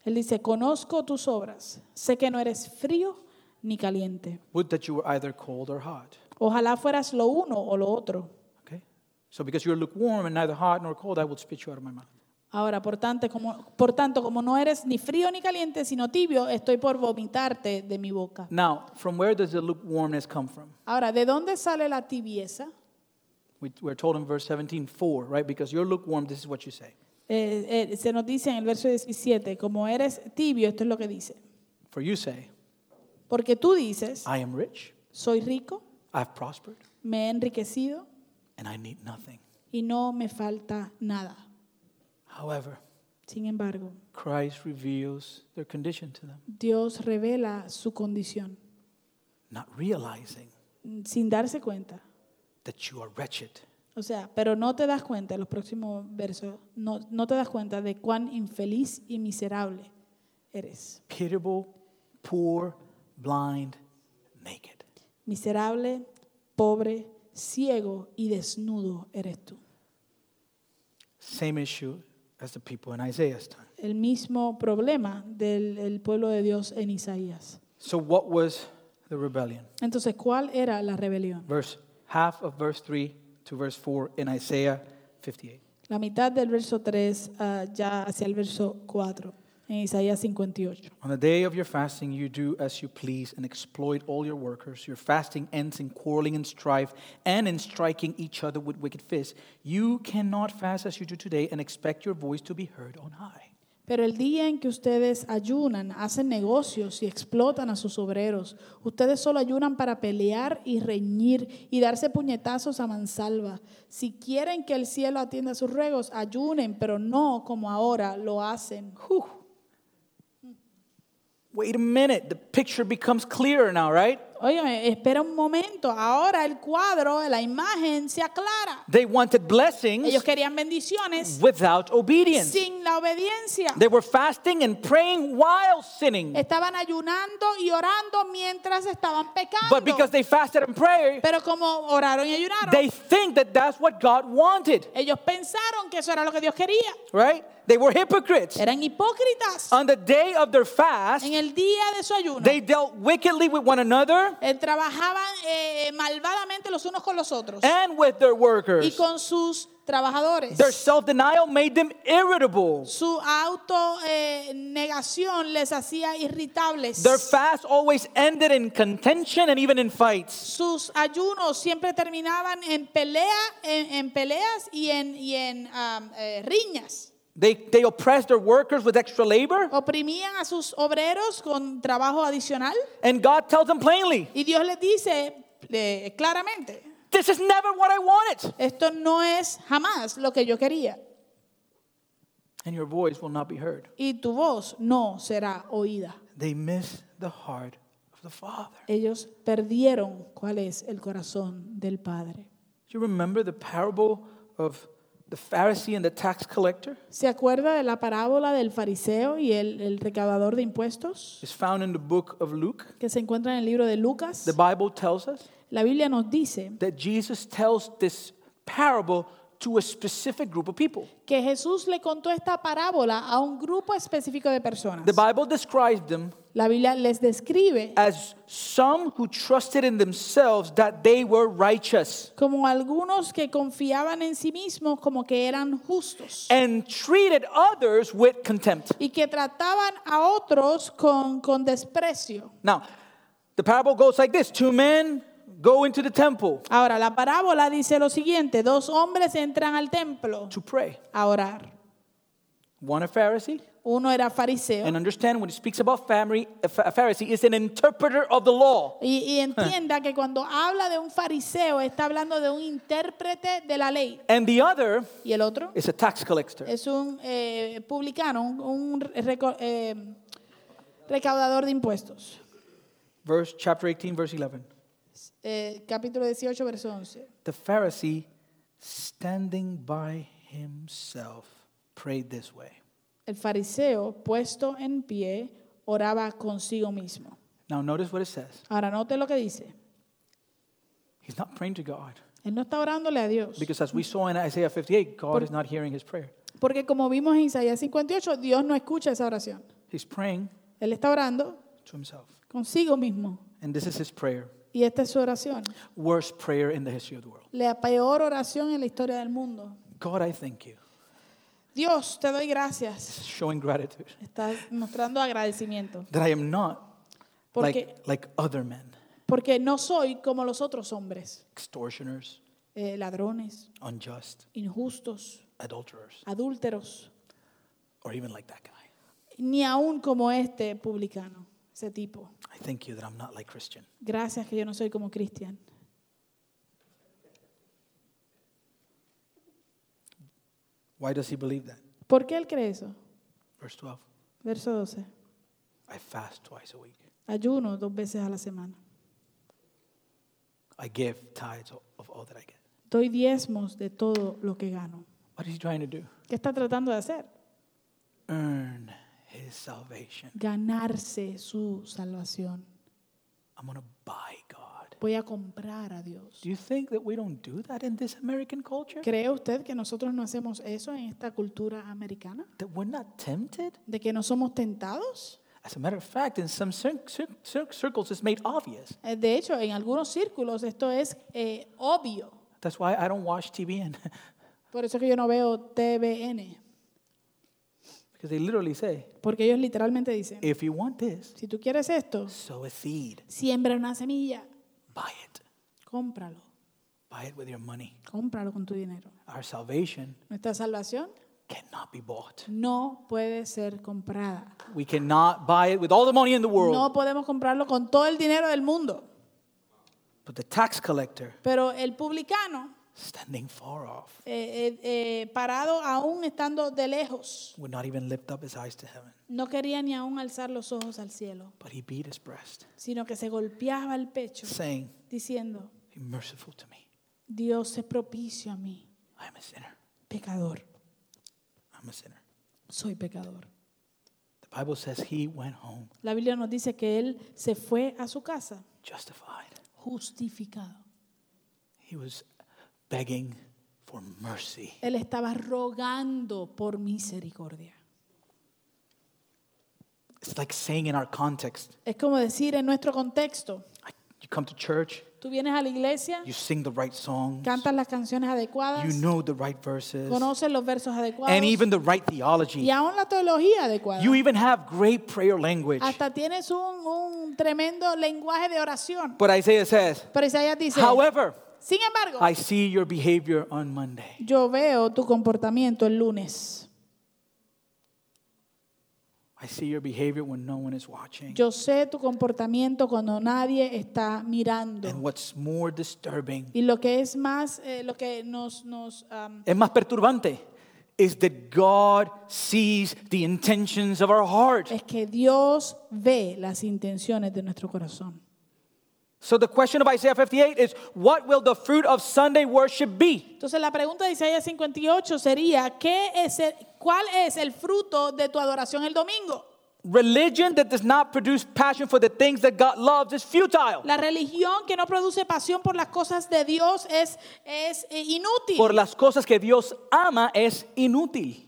Él dice, conozco tus obras, sé que no eres frío ni caliente. Would that you were either cold or hot. Ojalá fueras lo uno o lo otro. Okay? So because you're lukewarm and neither hot nor cold, I will spit you out of my mouth. Ahora, por tanto, como, por tanto, como no eres ni frío ni caliente, sino tibio, estoy por vomitarte de mi boca. Now, from where does the lukewarmness come from? Ahora, ¿de dónde sale la tibieza? We, we're told in verse 17, 4, right? Because you're lukewarm, this is what you say. Eh, eh, se nos dice en el verso 17, como eres tibio, esto es lo que dice. For you say, Porque tú dices, I am rich, soy rico, I've prospered, me he enriquecido and I need nothing. y no me falta nada. However, Sin embargo, Christ reveals their condition to them, Dios revela su condición not realizing mm, sin darse cuenta. that you are wretched. O sea, pero no te das cuenta, en los próximos versos, no, no te das cuenta de cuán infeliz y miserable eres. pitiable, poor, blind, naked. Miserable, pobre, ciego y desnudo eres tú. Same issue as the people in Isaiah's time. El mismo problema del el pueblo de Dios en Isaías. So, what was the rebellion? Entonces, ¿cuál era la rebelión? Verse half of verse 3 to verse 4 in Isaiah 58. La mitad del verso 3 ah, ya hacia el verso 4, en Isaías 58. On the day of your fasting, you do as you please and exploit all your workers. Your fasting ends in quarreling and strife and in striking each other with wicked fists. You cannot fast as you do today and expect your voice to be heard on high. Pero el día en que ustedes ayunan, hacen negocios y explotan a sus obreros, ustedes solo ayunan para pelear y reñir y darse puñetazos a mansalva. Si quieren que el cielo atienda sus ruegos, ayunen, pero no como ahora lo hacen. Whew. Wait a minute. The picture becomes clearer now, right? Óyeme, espera un momento, ahora el cuadro, la imagen se aclara. They wanted blessings Ellos querían bendiciones without obedience. sin la obediencia. They were fasting and praying while sinning. Estaban ayunando y orando mientras estaban But because pecando. they fasted and prayed, Pero como oraron y ayunaron, they think that that's what God wanted, Ellos pensaron que eso era lo que Dios quería. right? They were hypocrites. Eran hipócritas. On the day of their fast, En el día de su ayuno, Oh. they dealt wickedly with one another eh, trabajaban eh, malvadamente los unos con los otros and with their y workers. con sus trabajadores. Their self denial made them irritable. Su auto eh, negación les hacía irritables. Their fast always ended in contention and even in fights. Sus ayunos siempre terminaban en pelea, en, en peleas y en, y en am, eh, riñas. They, they oppress their workers with extra labor, Oh. Oprimían a sus obreros con trabajo adicional and God tells them plainly, y Dios les dice eh, claramente, This is never what I wanted. Esto no es jamás lo que yo quería. And your voice will not be heard. Y tu voz no será oída. They miss the heart of the Father. Ellos perdieron cuál es el corazón del Padre. Do you remember the parable of the Pharisee and the tax collector? ¿Se acuerda de la parábola del fariseo y el, el recaudador de impuestos It's found in the book of Luke. que se encuentra en el libro de The Lucas? Bible tells us La Biblia nos dice that Jesus tells this parable to a specific group of people. que Jesús le contó esta parábola a un grupo específico de personas. The Bible describes them La Biblia les describe as some who trusted in themselves that they were righteous. como algunos que confiaban en sí mismos como que eran justos. and treated others with contempt. y que trataban a otros con, con desprecio. Now, the parable goes like this Two men go into the temple Ahora, la parábola dice lo siguiente, dos hombres entran al templo to pray. a orar. One a Pharisee, Uno era fariseo. and understand when he speaks about family, a Pha- a Pharisee is an interpreter of the law. Y, y entienda que cuando habla de un fariseo está hablando de un intérprete de la ley. And the other Y el otro is a tax collector. es un eh, publicano, un, un reco- eh, recaudador de impuestos. Verse chapter 18, verse 11. Eh, capítulo 18, verso 11. The Pharisee standing by himself prayed this way. El fariseo, puesto en pie, oraba consigo mismo. Now, notice what it says. Ahora note lo que dice. He's not praying to God. Él no está orándole a Dios. Because as we saw in Isaiah 58, God Por- is not hearing his prayer. Porque como vimos en Isaías 58, Dios no escucha esa oración. He's praying Él está orando to himself. consigo mismo. And this is his prayer. Y esta es su oración. Worst prayer in the history of the world. La peor oración en la historia del mundo. God, I thank you. Dios, te doy gracias. Showing gratitude Estás mostrando agradecimiento. that I am not like, Porque- like other men, Porque no soy como los otros hombres. extortioners, eh, ladrones, unjust, injustos, adulterers, adúlteros. or even like that guy. Ni aún como este publicano, ese tipo. I thank you that I'm not like Christian. Gracias que yo no soy como Cristian. Why does he believe that? ¿Por qué él cree eso? Verse 12. Verso 12. I fast twice a week. Ayuno dos veces a la semana. I give tithes of all that I get. Doy diezmos de todo lo que gano. What is he trying to do? ¿Qué está tratando de hacer? Earn his salvation. Ganarse su salvación. I'm going to buy God. Voy a comprar a Dios. Do you think that we don't do that in this American culture? ¿Cree usted que nosotros no hacemos eso en esta cultura americana? That we're not tempted? ¿De que no somos tentados? As a matter of fact, in some cir- cir- cir- circles, it's made obvious. Eh, De hecho, en algunos círculos esto es eh, obvio. That's why I don't watch TVN, Por eso es que yo no veo TVN. [LAUGHS] because they literally say, Porque ellos literalmente dicen, if you want this, si tú quieres esto, sow a seed, siembra una semilla, buy it, cómpralo, buy it with your money. cómpralo con tu dinero. Our salvation Nuestra salvación cannot be bought. no puede ser comprada. We cannot buy it with all the money in the world. No podemos comprarlo con todo el dinero del mundo. But the tax collector, Pero el publicano, standing far off, eh, eh, eh, parado aún estando de lejos, would not even lift up his eyes to heaven, no quería ni aún alzar los ojos al cielo, but he beat his breast, sino que se golpeaba el pecho, saying, diciendo, Be merciful to me. Dios es propicio a mí, I am a sinner. pecador, I'm a sinner. soy pecador. The Bible says he went home La Biblia nos dice que él se fue a su casa justified. justificado. He was begging for mercy. Él estaba rogando por misericordia. It's like saying in our context, Es como decir en nuestro contexto, I- you come to church, tú vienes a la iglesia, you sing the right songs, cantas las canciones adecuadas, you know the right verses, conoces los versos adecuados and even the right y theology. aún la teología adecuada. You even have great prayer language. Hasta tienes un, un tremendo lenguaje de oración. But Isaiah says, Pero Isaías dice, however, sin embargo, I see your behavior on Monday. yo veo tu comportamiento el lunes. I see your behavior when no one is watching. Yo sé tu comportamiento cuando nadie está mirando. And what's more disturbing, Y lo que es más, eh, lo que nos, nos am, es más perturbante, is that God sees the intentions of our heart. es que Dios ve las intenciones de nuestro corazón. So the question of Isaiah 58 is what will the fruit of Sunday worship be? Entonces la pregunta de Isaías 58 sería, ¿qué es el- ¿cuál es el fruto de tu adoración el domingo? Religion that does not produce passion for the things that God loves is futile. La religión que no produce pasión por las cosas de Dios es, es eh, inútil. Por las cosas que Dios ama es inútil.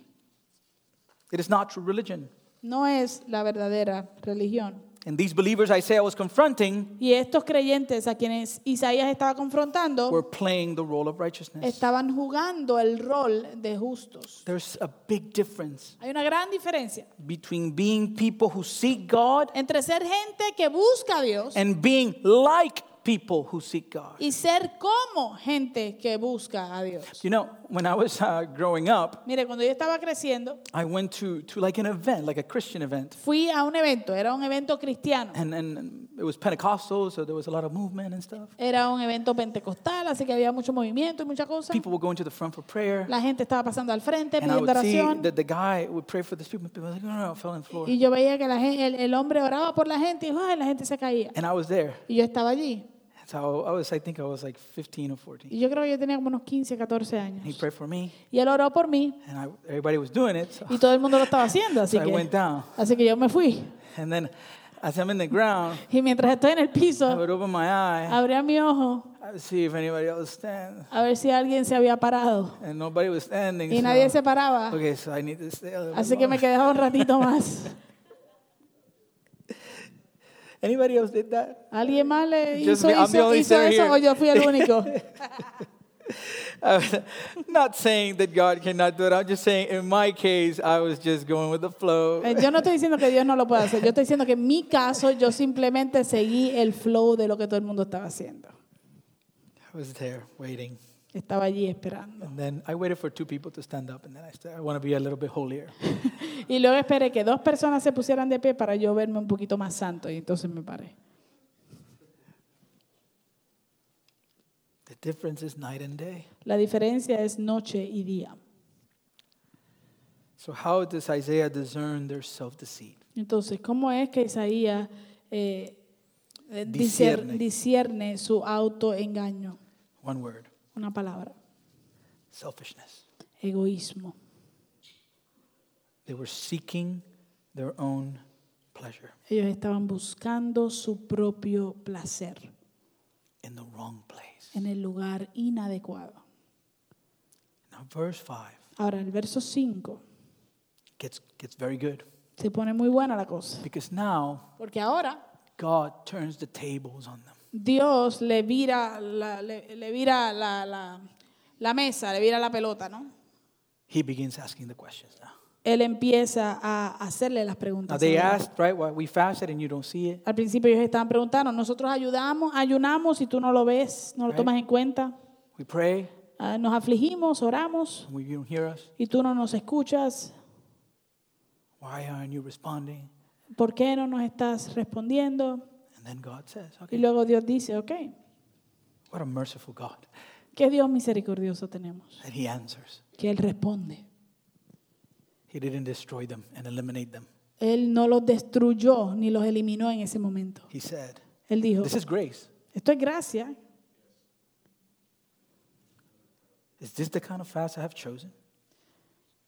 It is not true religion. no es la verdadera religión. And these believers Isaiah was confronting Y estos creyentes a quienes Isaías estaba were confrontando playing the role of righteousness. estaban jugando el rol de justos. There's a big difference Hay una gran diferencia between being people who seek God entre ser gente que busca a Dios and being like people who seek God. y ser como gente que busca a Dios. You know, when I was uh, growing up, Mire, cuando yo estaba creciendo, I went to, to like an event, like a Christian event. fui a un evento, era un evento cristiano, And, and it was Pentecostal, so there was a lot of movement and stuff. era un evento pentecostal, así que había mucho movimiento y muchas cosas. People were going to the front for prayer. La gente estaba pasando al frente And I pidiendo would see oración that the guy would pray for this people. People were like, no, no, no, I fell on the floor. y yo veía que la gen- el, el hombre oraba por la gente y ¡ay! la gente se caía. And I was there. Y yo estaba allí. And So I was, I think I was like 15 or 14. Y yo creo que yo tenía como unos 15, 14 And he años. prayed for me, Y él oró por mí and I, everybody was doing it. So, y todo el mundo lo estaba haciendo, [LAUGHS] así so I went que, down. así que yo me fui. And then as I'm in the ground, Y mientras estoy en el I piso, would open my eye, abría mi ojo I would see if anybody else stand, a ver si alguien se había parado. and nobody was standing. Y so- nadie se paraba, okay, so I need to stay. a little bit así que me longer. quedé un ratito [LAUGHS] más. Anybody else did that? [LAUGHS] ¿Alguien más le Just hizo, me- I'm the hizo- only hizo sinner eso here. o yo fui [LAUGHS] el único? I'm not saying that God cannot do it. I'm just saying, in my case, I was just going with the flow. Eh, Yo no estoy diciendo que Dios no lo pueda hacer, yo estoy diciendo que en mi caso yo simplemente seguí el flow de lo que todo el mundo estaba haciendo. I was there waiting. Estaba allí esperando. And then I waited for two people to stand up, and then I said, I want to be a little bit holier. Y luego esperé que dos personas se pusieran de pie para yo verme un poquito más santo y entonces me paré. The difference is night and day. La diferencia es noche y día. So, how does Isaiah discern their self deceit? Entonces, ¿cómo es que Isaías eh, eh, disier- Discierne. discierne. su autoengaño? One word Una palabra, selfishness. egoísmo. They were seeking their own pleasure Ellos estaban buscando su propio placer in the wrong place. en el lugar inadecuado. Now, verse 5 Ahora, el verso 5 gets, gets very good se pone muy buena la cosa, because now porque ahora God turns the tables on them. Dios le vira, la, le, le vira la, la- la mesa, le vira la pelota, ¿no? He begins asking the questions now. Él empieza a hacerle las preguntas. Now, they a Dios. asked, right? Why we fasted and you don't see it. Al principio ellos estaban preguntando, nosotros ayudamos, ayunamos y tú no lo ves, no lo Right. tomas en cuenta, We pray Ah, nos afligimos, oramos and we, you don't hear us. y tú no nos escuchas, Why aren't you responding? ¿por qué no nos estás respondiendo? And then God says, Y okay, luego Dios dice, ok, what a merciful God. ¿qué Dios misericordioso tenemos? And he answers. Que Él responde. He didn't destroy them and eliminate them. Él no los destruyó ni los eliminó en ese momento. He said, Él dijo, this is grace. esto es gracia, Is this the kind of fast I have chosen?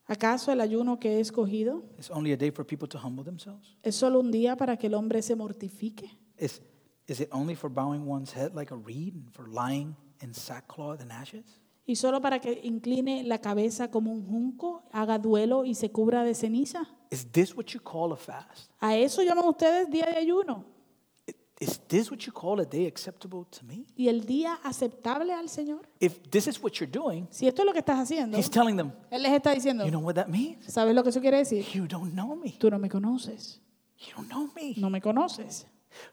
¿Acaso el ayuno que he escogido It's only a day for people to humble themselves? es solo un día para que el hombre se mortifique? Is, is it only for bowing one's head like a reed and for lying in sackcloth and ashes? ¿Y solo para que incline la cabeza como un junco, haga duelo y se cubra de ceniza? Is this what you call a fast? ¿A eso llaman ustedes día de ayuno? I- Is this what you call a day acceptable to me? ¿Y el día aceptable al Señor? If this is what you're doing, Si esto es lo que estás haciendo, he's telling them, Él les está diciendo, Este you know what that means? ¿sabes lo que eso quiere decir? You don't know me. Tú no me conoces, You don't know me. no me conoces.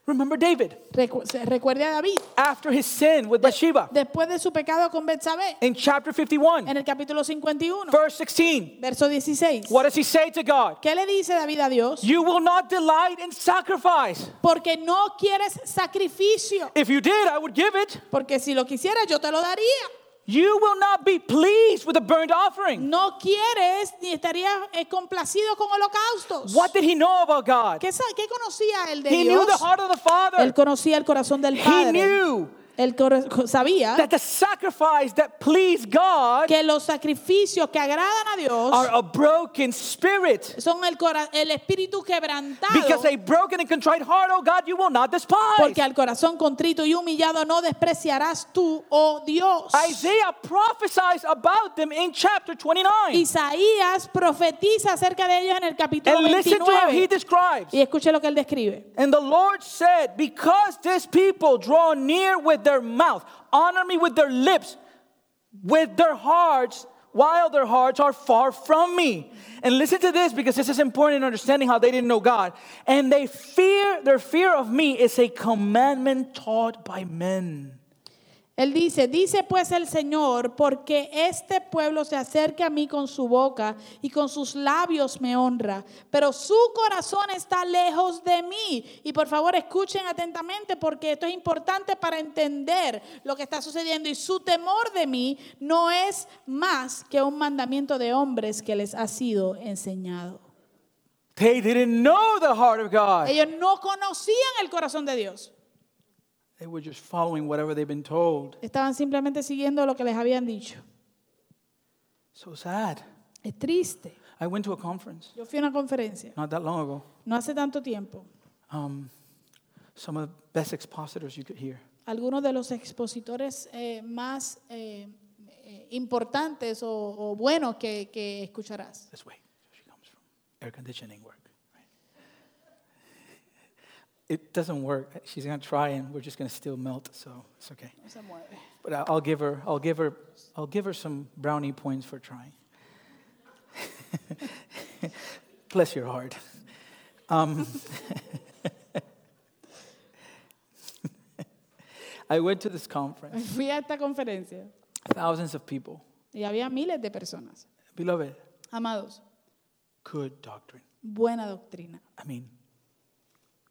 Remember David Recu- se- recuerde a David, after his sin with Bathsheba después de su pecado con Betsabé, in chapter 51, en el capítulo 51, verse 16. verso 16. What does he say to God? ¿Qué le dice David a Dios? You will not delight in sacrifice. Porque no quieres sacrificio. If you did, I would give it. Porque si lo quisieras, yo te lo daría. You will not be pleased with a burnt offering. No quieres ni estarías eh, complacido con holocaustos. What did he know about God? ¿Qué, sa- qué conocía él de He knew Dios? the heart of the Él Father. conocía el corazón del He Padre. knew Él cor- sabía that the sacrifice that pleased God que los sacrificios que agradan a Dios are a broken spirit. son el, cora- el espíritu quebrantado. Because a broken and contrite heart, oh God, you will not despise. Porque al corazón contrito y humillado no despreciarás tú, oh Dios. Isaiah prophesies about them in chapter 29. Isaías profetiza acerca de ellos en el capítulo And listen to how he 29. describes. Y escuche lo que él describe. And the Lord said, Because this people draw near with their mouth, honor me with their lips, with their hearts, while their hearts are far from me. And listen to this because this is important in understanding how they didn't know God. And they fear, their fear of me is a commandment taught by men. Él dice, dice pues el Señor, porque este pueblo se acerca a mí con su boca y con sus labios me honra, pero su corazón está lejos de mí. Y por favor escuchen atentamente porque esto es importante para entender lo que está sucediendo. Y su temor de mí no es más que un mandamiento de hombres que les ha sido enseñado. They didn't know the heart of God. Ellos no conocían el corazón de Dios. They were just following whatever they've been told. Estaban simplemente siguiendo lo que les habían dicho. So sad. Es triste. I went to a conference Yo fui a una conferencia not that long ago. no hace tanto tiempo. Um, some of the best expositors you could hear. Algunos de los expositores eh, más eh, eh, importantes o, o buenos que, que escucharás. This way. So she comes from air conditioning work. right? [LAUGHS] It doesn't work. She's gonna try, and we're just gonna still melt. So it's okay. No se mueve. But I- I'll give her. I'll give her. I'll give her some brownie points for trying. [LAUGHS] Bless your heart. Um, [LAUGHS] I went to this conference. [LAUGHS] Fui a esta conferencia Thousands of people. y había miles de personas. Beloved, Amados, good doctrine. buena doctrina. I mean,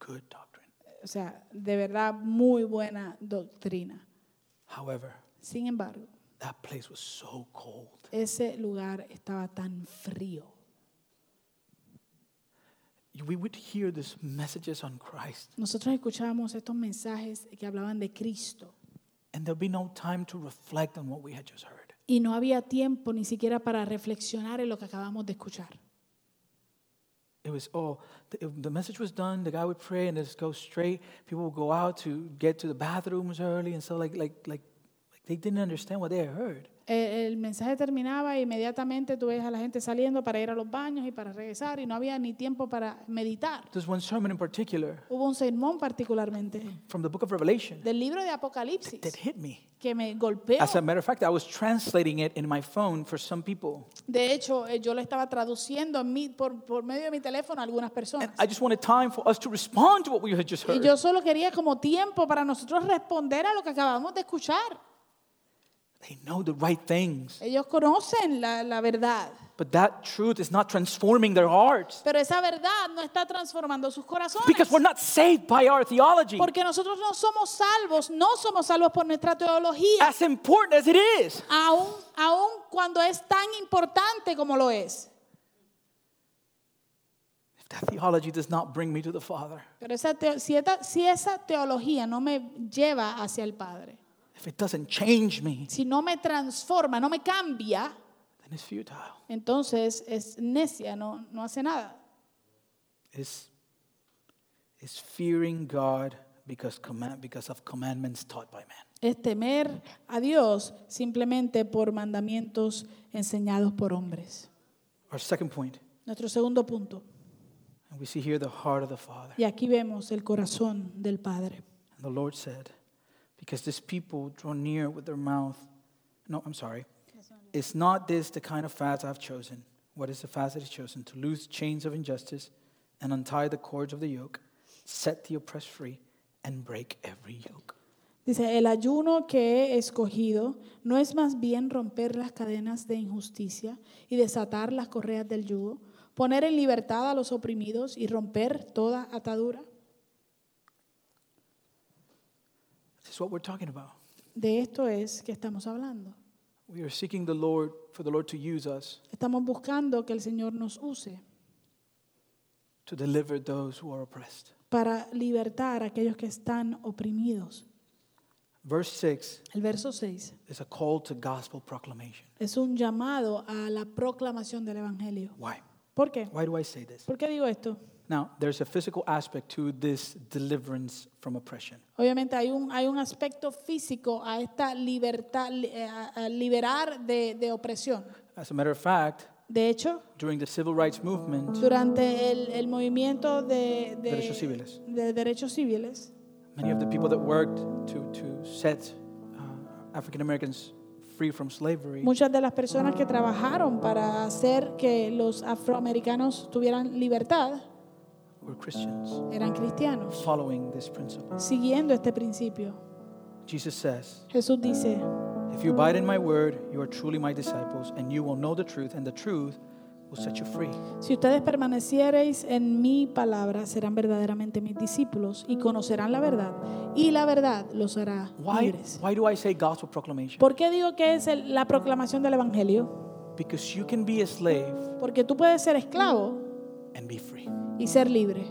good doctrine. O sea, de verdad, muy buena doctrina. However, Sin embargo, that place was so cold. ese lugar estaba tan frío. We would hear these messages on Christ, Nosotros escuchábamos estos mensajes que hablaban de Cristo and there'd be no time to reflect on what we had just heard. y no había tiempo ni siquiera para reflexionar en lo que acabamos de escuchar. It was all, the, the message was done, the guy would pray and just go straight. People would go out to get to the bathrooms early, and so, like, like, like, like they didn't understand what they had heard. Eh, El mensaje terminaba e inmediatamente tú ves a la gente saliendo para ir a los baños y para regresar y no había ni tiempo para meditar. There's one sermon in particular Hubo un sermón particularmente from the book of Revelation del libro de Apocalipsis that hit me. que me golpeó. As a matter of fact, I was translating it in my phone for some people. De hecho, eh, yo lo estaba traduciendo en mi- por, por medio de mi teléfono a algunas And personas. I just wanted time for us to respond to what we had just Y heard. yo solo quería como tiempo para nosotros responder a lo que acabamos de escuchar. They know the right things, Ellos conocen la, la verdad, but that truth is not transforming their hearts pero esa verdad no está transformando sus corazones. because we're not saved by our theology. Porque nosotros no somos salvos, no somos salvos por nuestra teología, As important as it is, aún, aún cuando es tan importante como lo es. if that theology does not bring me to the Father, Pero esa teo- si, esta- si esa teología no me lleva hacia el Padre, if it doesn't change me, si no me transforma, no me cambia, then it's futile. entonces es necia, no, no hace nada. It's, it's fearing God because, command, because of commandments taught by man. Es temer a Dios simplemente por mandamientos enseñados por hombres. Our second point, Nuestro segundo punto. and we see here the heart of the Father. Y aquí vemos el corazón del Padre. And the Lord said, Because this people draw near with their mouth. No, I'm sorry. Is not this the kind of fast I've chosen? What is the fast that is chosen? To loose chains of injustice and untie the cords of the yoke, set the oppressed free, and break every yoke. Dice, el ayuno que he escogido no es más bien romper las cadenas de injusticia y desatar las correas del yugo, poner en libertad a los oprimidos y romper toda atadura. This is what we're talking about. De esto es que estamos hablando. We are seeking the Lord for the Lord to use us Estamos buscando que el Señor nos use to deliver those who are oppressed. para libertar a aquellos que están oprimidos. Verse 6 El verso 6 is a call to gospel proclamation. es un llamado a la proclamación del Evangelio. Why? ¿Por qué? Why do I say this? ¿Por qué digo esto? Now, there's a physical aspect to this deliverance from oppression. Obviamente hay un, hay un aspecto físico a esta libertad, li- eh, a, a liberar de, de opresión. As a matter of fact, De hecho, during the civil rights movement, durante el, el movimiento de, de- Derechos civiles. de derechos civiles, many of the people that worked to, to set uh, African Americans free from slavery muchas de las personas que trabajaron para hacer que los afroamericanos tuvieran libertad were Christians eran cristianos, following this principle. siguiendo este principio. Jesus says, Jesús dice, If you abide in my word, you are truly my disciples, and you will know the truth, and the truth will set you free. si ustedes permaneciereis en mi palabra, serán verdaderamente mis discípulos y conocerán la verdad, y la verdad los hará Why, libres. why do I say gospel proclamation? ¿Por qué digo que es el- la proclamación del Evangelio? Because you can be a slave Porque tú puedes ser esclavo and be free. y ser libre.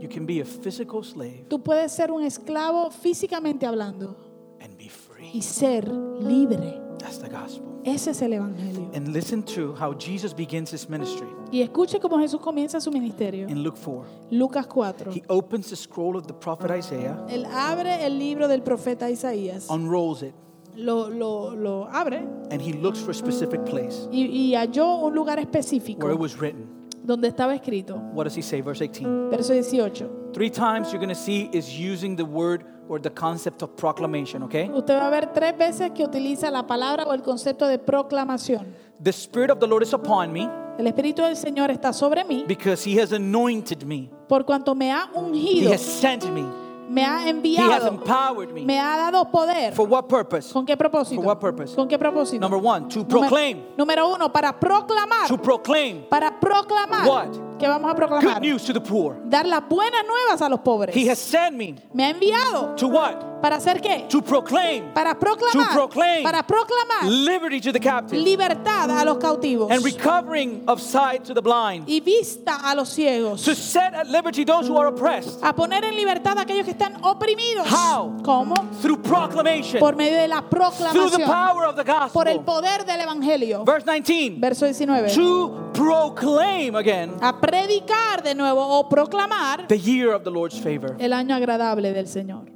You can be a physical slave Tú puedes ser un esclavo físicamente hablando and be free. y ser libre. That's the gospel. Ese es el Evangelio. And listen to how Jesus begins his ministry Y escuche cómo Jesús comienza su ministerio. in Luke 4. Lucas 4. He opens the scroll of the prophet Isaiah, Él abre el libro del profeta Isaías. unrolls it, Lo, lo, lo abre and he looks for a specific place y, y halló un lugar where it específico was written. donde estaba escrito. What does he say? Verse 18. Verso 18. Three times you're going to see is using the word or the concept of proclamation, okay? Usted va a ver tres veces que utiliza la palabra o el concepto de proclamación. The Spirit of the Lord is upon me El Espíritu del Señor está sobre mí because he has anointed me, por cuanto me ha he ungido, has sent me, me ha he has enviado, empowered me. me ha dado poder. For what purpose? ¿Con qué propósito? For what purpose? ¿Con qué propósito? Number one, to Número- proclaim. Número uno, para proclamar. To proclaim Para proclamar. What? ¿Qué vamos a good proclamar? news to the poor. Dar las buenas nuevas a los pobres. He has sent me Me ha enviado. to what? ¿Para hacer qué? To proclaim Para proclamar. To proclaim. Para proclamar liberty to the captive libertad a los cautivos. and recovering of sight to the blind. y vista a los ciegos. To set at liberty those who are oppressed A poner en libertad a aquellos que están oprimidos. How? ¿Cómo? through proclamation, Por medio de la through the proclamación. power of the Por el gospel. poder del Evangelio. Verse 19. Verso 19. to proclaim again a predicar de nuevo o proclamar the year of the Lord's favor. el año agradable del Señor.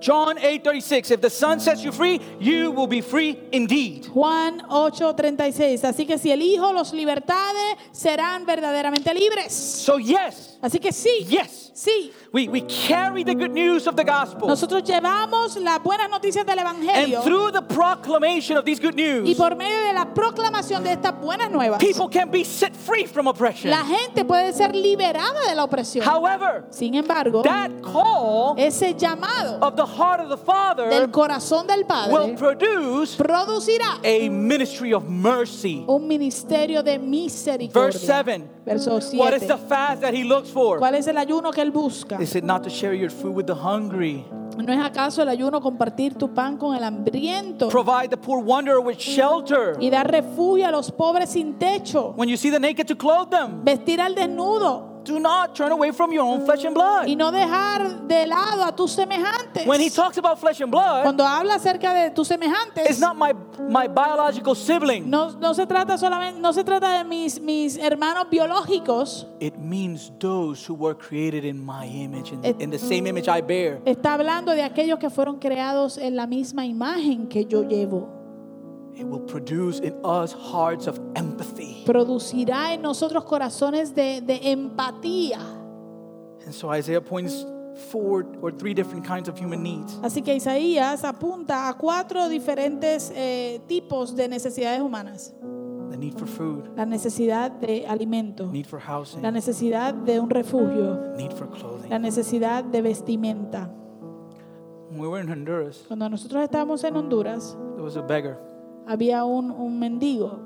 John 8:36 If the Son sets you free, you will be free indeed. Juan 8:36. Así que si el Hijo los libertade, serán verdaderamente libres. So yes, Así que sí, yes. sí. We we carry the good news of the gospel. Nosotros llevamos las buenas noticias del And Evangelio through the proclamation of these good y news, por medio de la proclamación de estas buenas nuevas, people can be set free from oppression. la gente puede ser liberada de la opresión. However, Sin embargo, that call ese llamado of the heart of the del Father corazón del will Padre produce producirá a ministry of mercy. un ministerio de Verse misericordia. 7. Verso What is the 7. fast that he looks for? ¿Cuál es el ayuno que él busca? Is it not to share your food with the hungry? ¿No es acaso el ayuno compartir tu pan con el hambriento Provide the poor wanderer with shelter. y dar refugio a los pobres sin techo? When you see the naked, to clothe them. Vestir al desnudo Do not turn away from your own flesh and y blood. no dejar de lado a tus semejantes. When he talks about flesh and blood, Cuando habla acerca de tus it's semejantes, not my, my biological sibling. no, no se trata solamente, no se trata de mis, mis hermanos biológicos. It means those who were created in my image, in, in the same image I bear. Está hablando de aquellos que fueron creados en la misma imagen que yo llevo. It will produce in us hearts of empathy. Producirá en nosotros corazones de, de empatía. And so Isaiah points four or three different kinds of human needs. Así que Isaías apunta a cuatro diferentes eh, tipos de necesidades humanas. The need for food, La necesidad de alimento, need for la housing, necesidad de un refugio, need for la clothing. necesidad de vestimenta. When we were in Honduras, Cuando nosotros estábamos en Honduras, there was a beggar. había un, un mendigo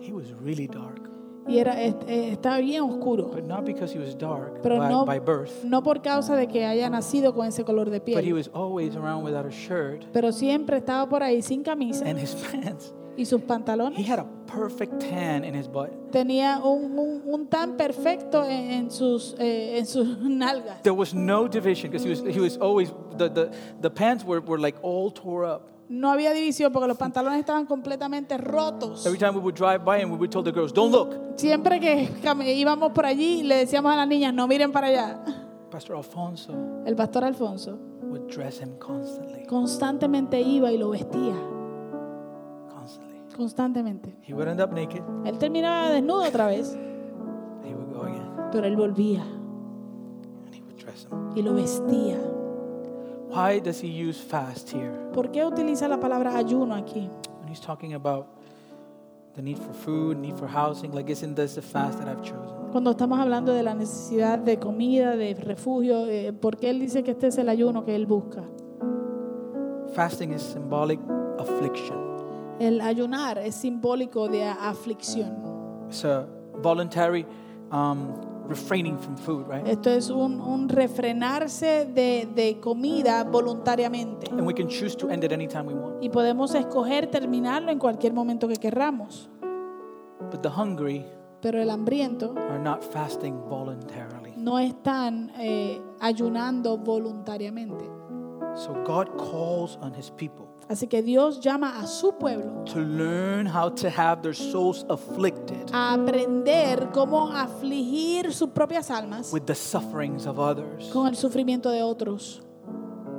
He was really dark, y era, est- eh, estaba bien oscuro, but not because he was dark Pero by, no- by birth, no por causa de que haya nacido con ese color de but he piel, was always around without a shirt pero siempre estaba por ahí sin camisa and his [LAUGHS] pants. y sus He pantalones. had a perfect tan in his butt. Tenía un, un- un tan perfecto en, en sus, eh, en sus [LAUGHS] nalgas. There was no division because he was, he was always, the, the, the pants were, were like all tore up. No había división porque los pantalones estaban completamente rotos. Every time we would drive by him, we would tell the girls, don't look. Siempre que cami- íbamos por allí, le decíamos a las niñas, no miren para allá. Pastor Alfonso El pastor Alfonso would dress him constantly, constantemente iba y lo vestía, constantly. constantemente. He would end up naked, Él terminaba desnudo otra vez, he would go again, pero él volvía and he would dress him. y lo vestía. Why does he use fast here? ¿Por qué utiliza la palabra ayuno aquí? When he's talking about the need for food, need for housing, like isn't this the fast that I've chosen? Cuando estamos hablando de la necesidad de comida, de refugio, eh, ¿por qué él dice que este es el ayuno que él busca? Fasting is symbolic affliction. El ayunar es simbólico de aflicción. It's a voluntary um, refraining from food, right? Esto es un, un refrenarse de, de comida voluntariamente. And we can choose to end it anytime we want. Y podemos escoger terminarlo en cualquier momento que querramos. But the hungry Pero el hambriento are not fasting voluntarily. no están eh, ayunando voluntariamente. So God calls on his people Así que Dios llama a su pueblo to learn how to have their souls afflicted a aprender cómo afligir sus propias almas with the sufferings of others. con el sufrimiento de otros.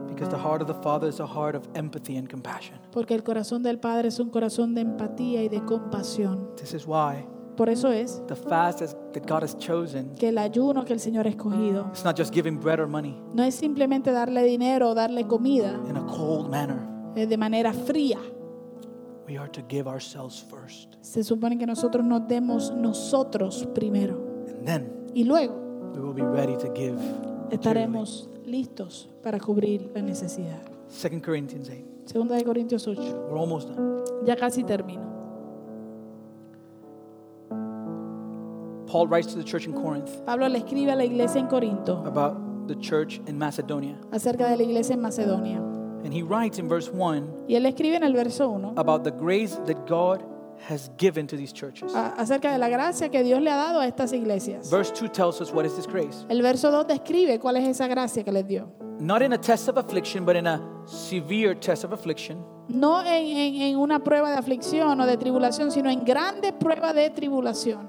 Because the heart of the Father is a heart of empathy and compassion. Porque el corazón del Padre es un corazón de empatía y de compasión. This is why Por eso es the fast is- that God has chosen que el ayuno que el Señor ha escogido It's not just giving bread or money no es simplemente darle dinero o darle comida in a cold manner. eh, de manera fría. We are to give ourselves first. Se supone que nosotros nos demos nosotros primero And then y luego we will be ready to give. estaremos listos para cubrir la necesidad. 2 Corinthians 8. Segunda de Corintios 8. We're almost done. Ya casi termino. Paul writes to the church in Corinth Pablo le escribe a la iglesia en Corinto about the church in Macedonia. acerca de la iglesia en Macedonia. And he writes in verse 1 Y él escribe en el verso 1 about the grace that God has given to these churches. a- acerca de la gracia que Dios le ha dado a estas iglesias. Verse 2 tells us what is this grace? El verso 2 describe cuál es esa gracia que les dio. Not in a test of affliction, but in a severe test of affliction, No en, en- en una prueba de aflicción o de tribulación, sino en grande prueba de tribulación.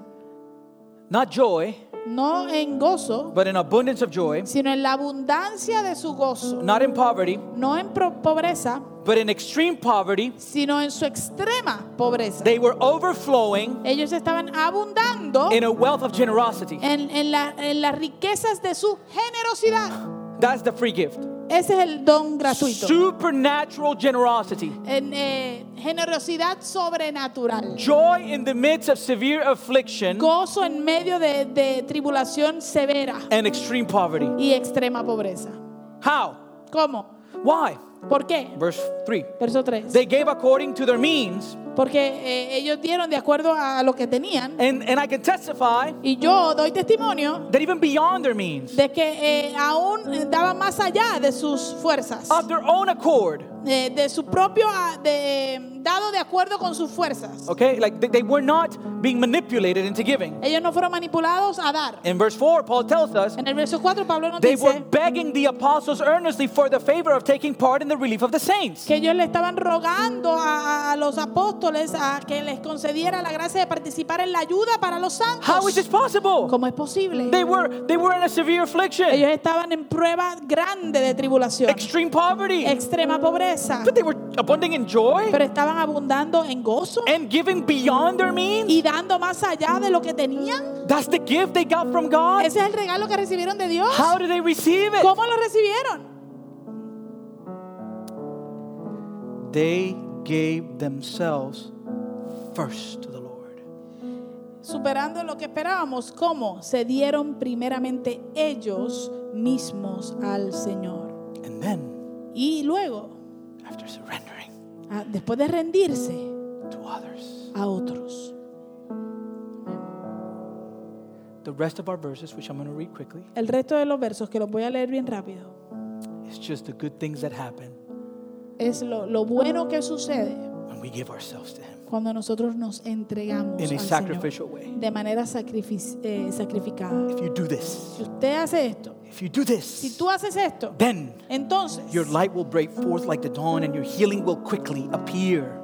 not joy, No en gozo, but in abundance of joy, sino en la abundancia de su gozo. not in poverty, No en pro- pobreza, but in extreme poverty. sino en su extrema pobreza. They were overflowing Ellos estaban abundando in a wealth of generosity. en, en la- en las riquezas de su generosidad. That's the free gift. Ese es el don gratuito. Supernatural generosity. En, eh, generosidad sobrenatural. Joy in the midst of severe affliction Gozo en medio de, de tribulación severa and extreme poverty. y extrema pobreza. How? ¿Cómo? Why? ¿Por qué? Verse 3. Verso 3. They gave according to their means, Porque eh, ellos dieron de acuerdo a lo que tenían. and, and I can testify Y yo doy testimonio that even beyond their means, de que eh, aún daban más allá de sus fuerzas. of their own accord. eh, de su propio, ah, de- dado de acuerdo con sus fuerzas. Okay? Like they, they were not being manipulated into giving. Ellos no fueron manipulados a dar. In verse 4, Paul tells us En el verso 4 Pablo nos they were dice begging the apostles earnestly for the favor of taking part in the relief of the saints. que ellos le estaban rogando a, a- a los apóstoles a que les concediera la gracia de participar en la ayuda para los How is this santos. possible? ¿Cómo es posible? They were they were in a severe affliction, Ellos estaban en prueba grande de tribulación, extreme poverty, extrema pobreza, but they were abounding in joy pero estaban abundando en gozo and giving beyond their means. y dando más allá de lo que tenían. That's the gift they got from God. Ese es el regalo que recibieron de Dios. How do they receive it? ¿Cómo lo recibieron? They gave themselves first to the Lord. Superando lo que esperábamos, ¿cómo? Se dieron primeramente ellos mismos al Señor. And then Y luego after surrendering Ah, después de rendirse to others. a otros. The rest of our verses, which I'm going to read quickly, El resto de los versos, que los voy a leer bien rápido, is just the good things that happen es lo, lo bueno que sucede when we give ourselves to Him cuando nosotros nos entregamos in a al sacrificial Señor way. de manera sacrific- eh, sacrificada. If you do this, Si usted hace esto, if you do si this, tú haces esto, then entonces Your light will break forth like the dawn, and your healing will quickly appear.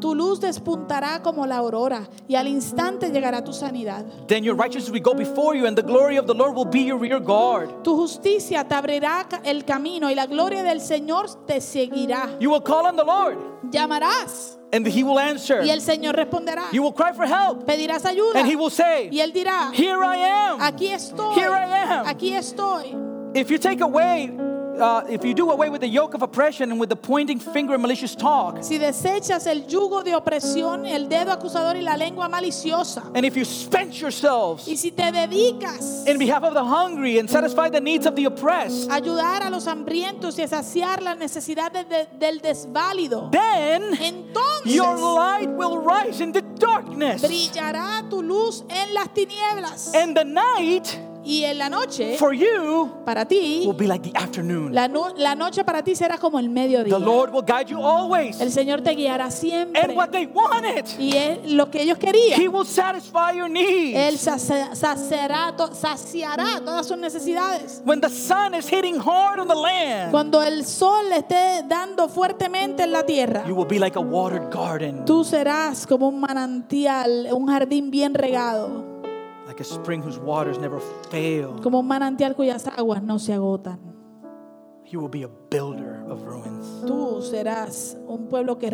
tu luz despuntará como la aurora y al instante llegará tu sanidad. Then your righteousness will go before you, and the glory of the Lord will be your rear guard. Tu justicia te abrirá ca- el camino y la gloria del Señor te seguirá. You will call on the Lord, Llamarás and He will answer. y el Señor responderá. You will cry for help, pedirás ayuda and He will y say, él dirá Here I am. aquí estoy Here I am. aquí estoy If you take away, uh, if you do away with the yoke of oppression and with the pointing finger and malicious talk, si desechas el yugo de opresión el dedo acusador y la lengua maliciosa and if you spend yourselves y si te dedicas in behalf of the hungry and satisfy the needs of the oppressed, a ayudar a los hambrientos y a saciar las necesidades de- del desválido then entonces your light will rise in the darkness. brillará tu luz en las tinieblas And the night y Y en la noche, for you para ti, will be like the afternoon. la, no- la noche para ti será como el mediodía. The Lord will guide you always. El Señor te guiará siempre. And what they wanted, Y es lo que ellos He querían. will satisfy your needs. Él sacia- saciará, to- saciará todas sus necesidades. When the sun is hitting hard on the land, Cuando el sol esté dando fuertemente en la tierra, you will be like a watered garden, tú serás como un manantial, un jardín bien regado, like a spring whose waters never fail. como un manantial cuyas aguas no se agotan. You will be a builder of ruins. Tú serás un pueblo que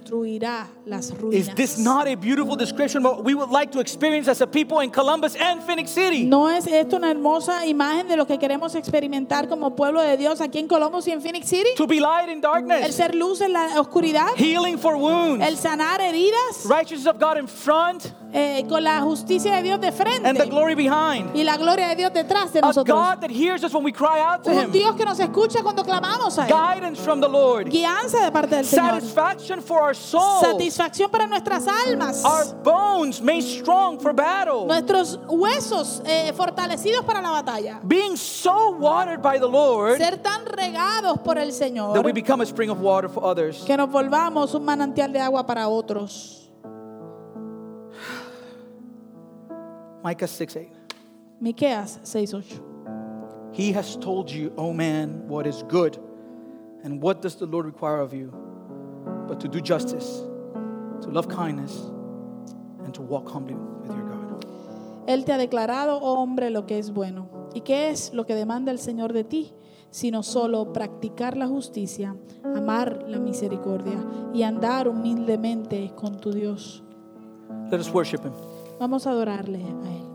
reconstruirá las Is ruinas. this not a beautiful description of what we would like to experience as a people in Columbus and Phoenix City? ¿No es esto una hermosa imagen de lo que queremos experimentar como pueblo de Dios aquí en Columbus y en Phoenix City? To be light in El darkness, ser luz en la oscuridad, healing for el wounds, sanar heridas righteousness of God in front, eh, con la justicia de Dios de and the frente glory behind. y la gloria de Dios detrás de A nosotros. God that hears us when we cry out to Un Him. Dios que nos escucha cuando clamamos a Él. Guidance from the Lord. Guianza de parte del Señor. Satisfaction for our soul. Satisfacción para nuestras almas. Our bones made strong for battle. Nuestros huesos eh, fortalecidos para la batalla. Being so watered by the Lord Ser tan regados por el that we Señor become a spring of water for others. que nos volvamos un manantial de agua para otros. Micah 6 8. Miqueas 6:8. He has told you, O man, what is good, and what does the Lord require of you, but to do justice, to love kindness, and to walk humbly with your God. Él te ha declarado, oh hombre, lo que es bueno. ¿Y qué es lo que demanda el Señor de ti? Sino solo practicar la justicia, amar la misericordia y andar humildemente con tu Dios. Let us worship him. Vamos a adorarle a Él.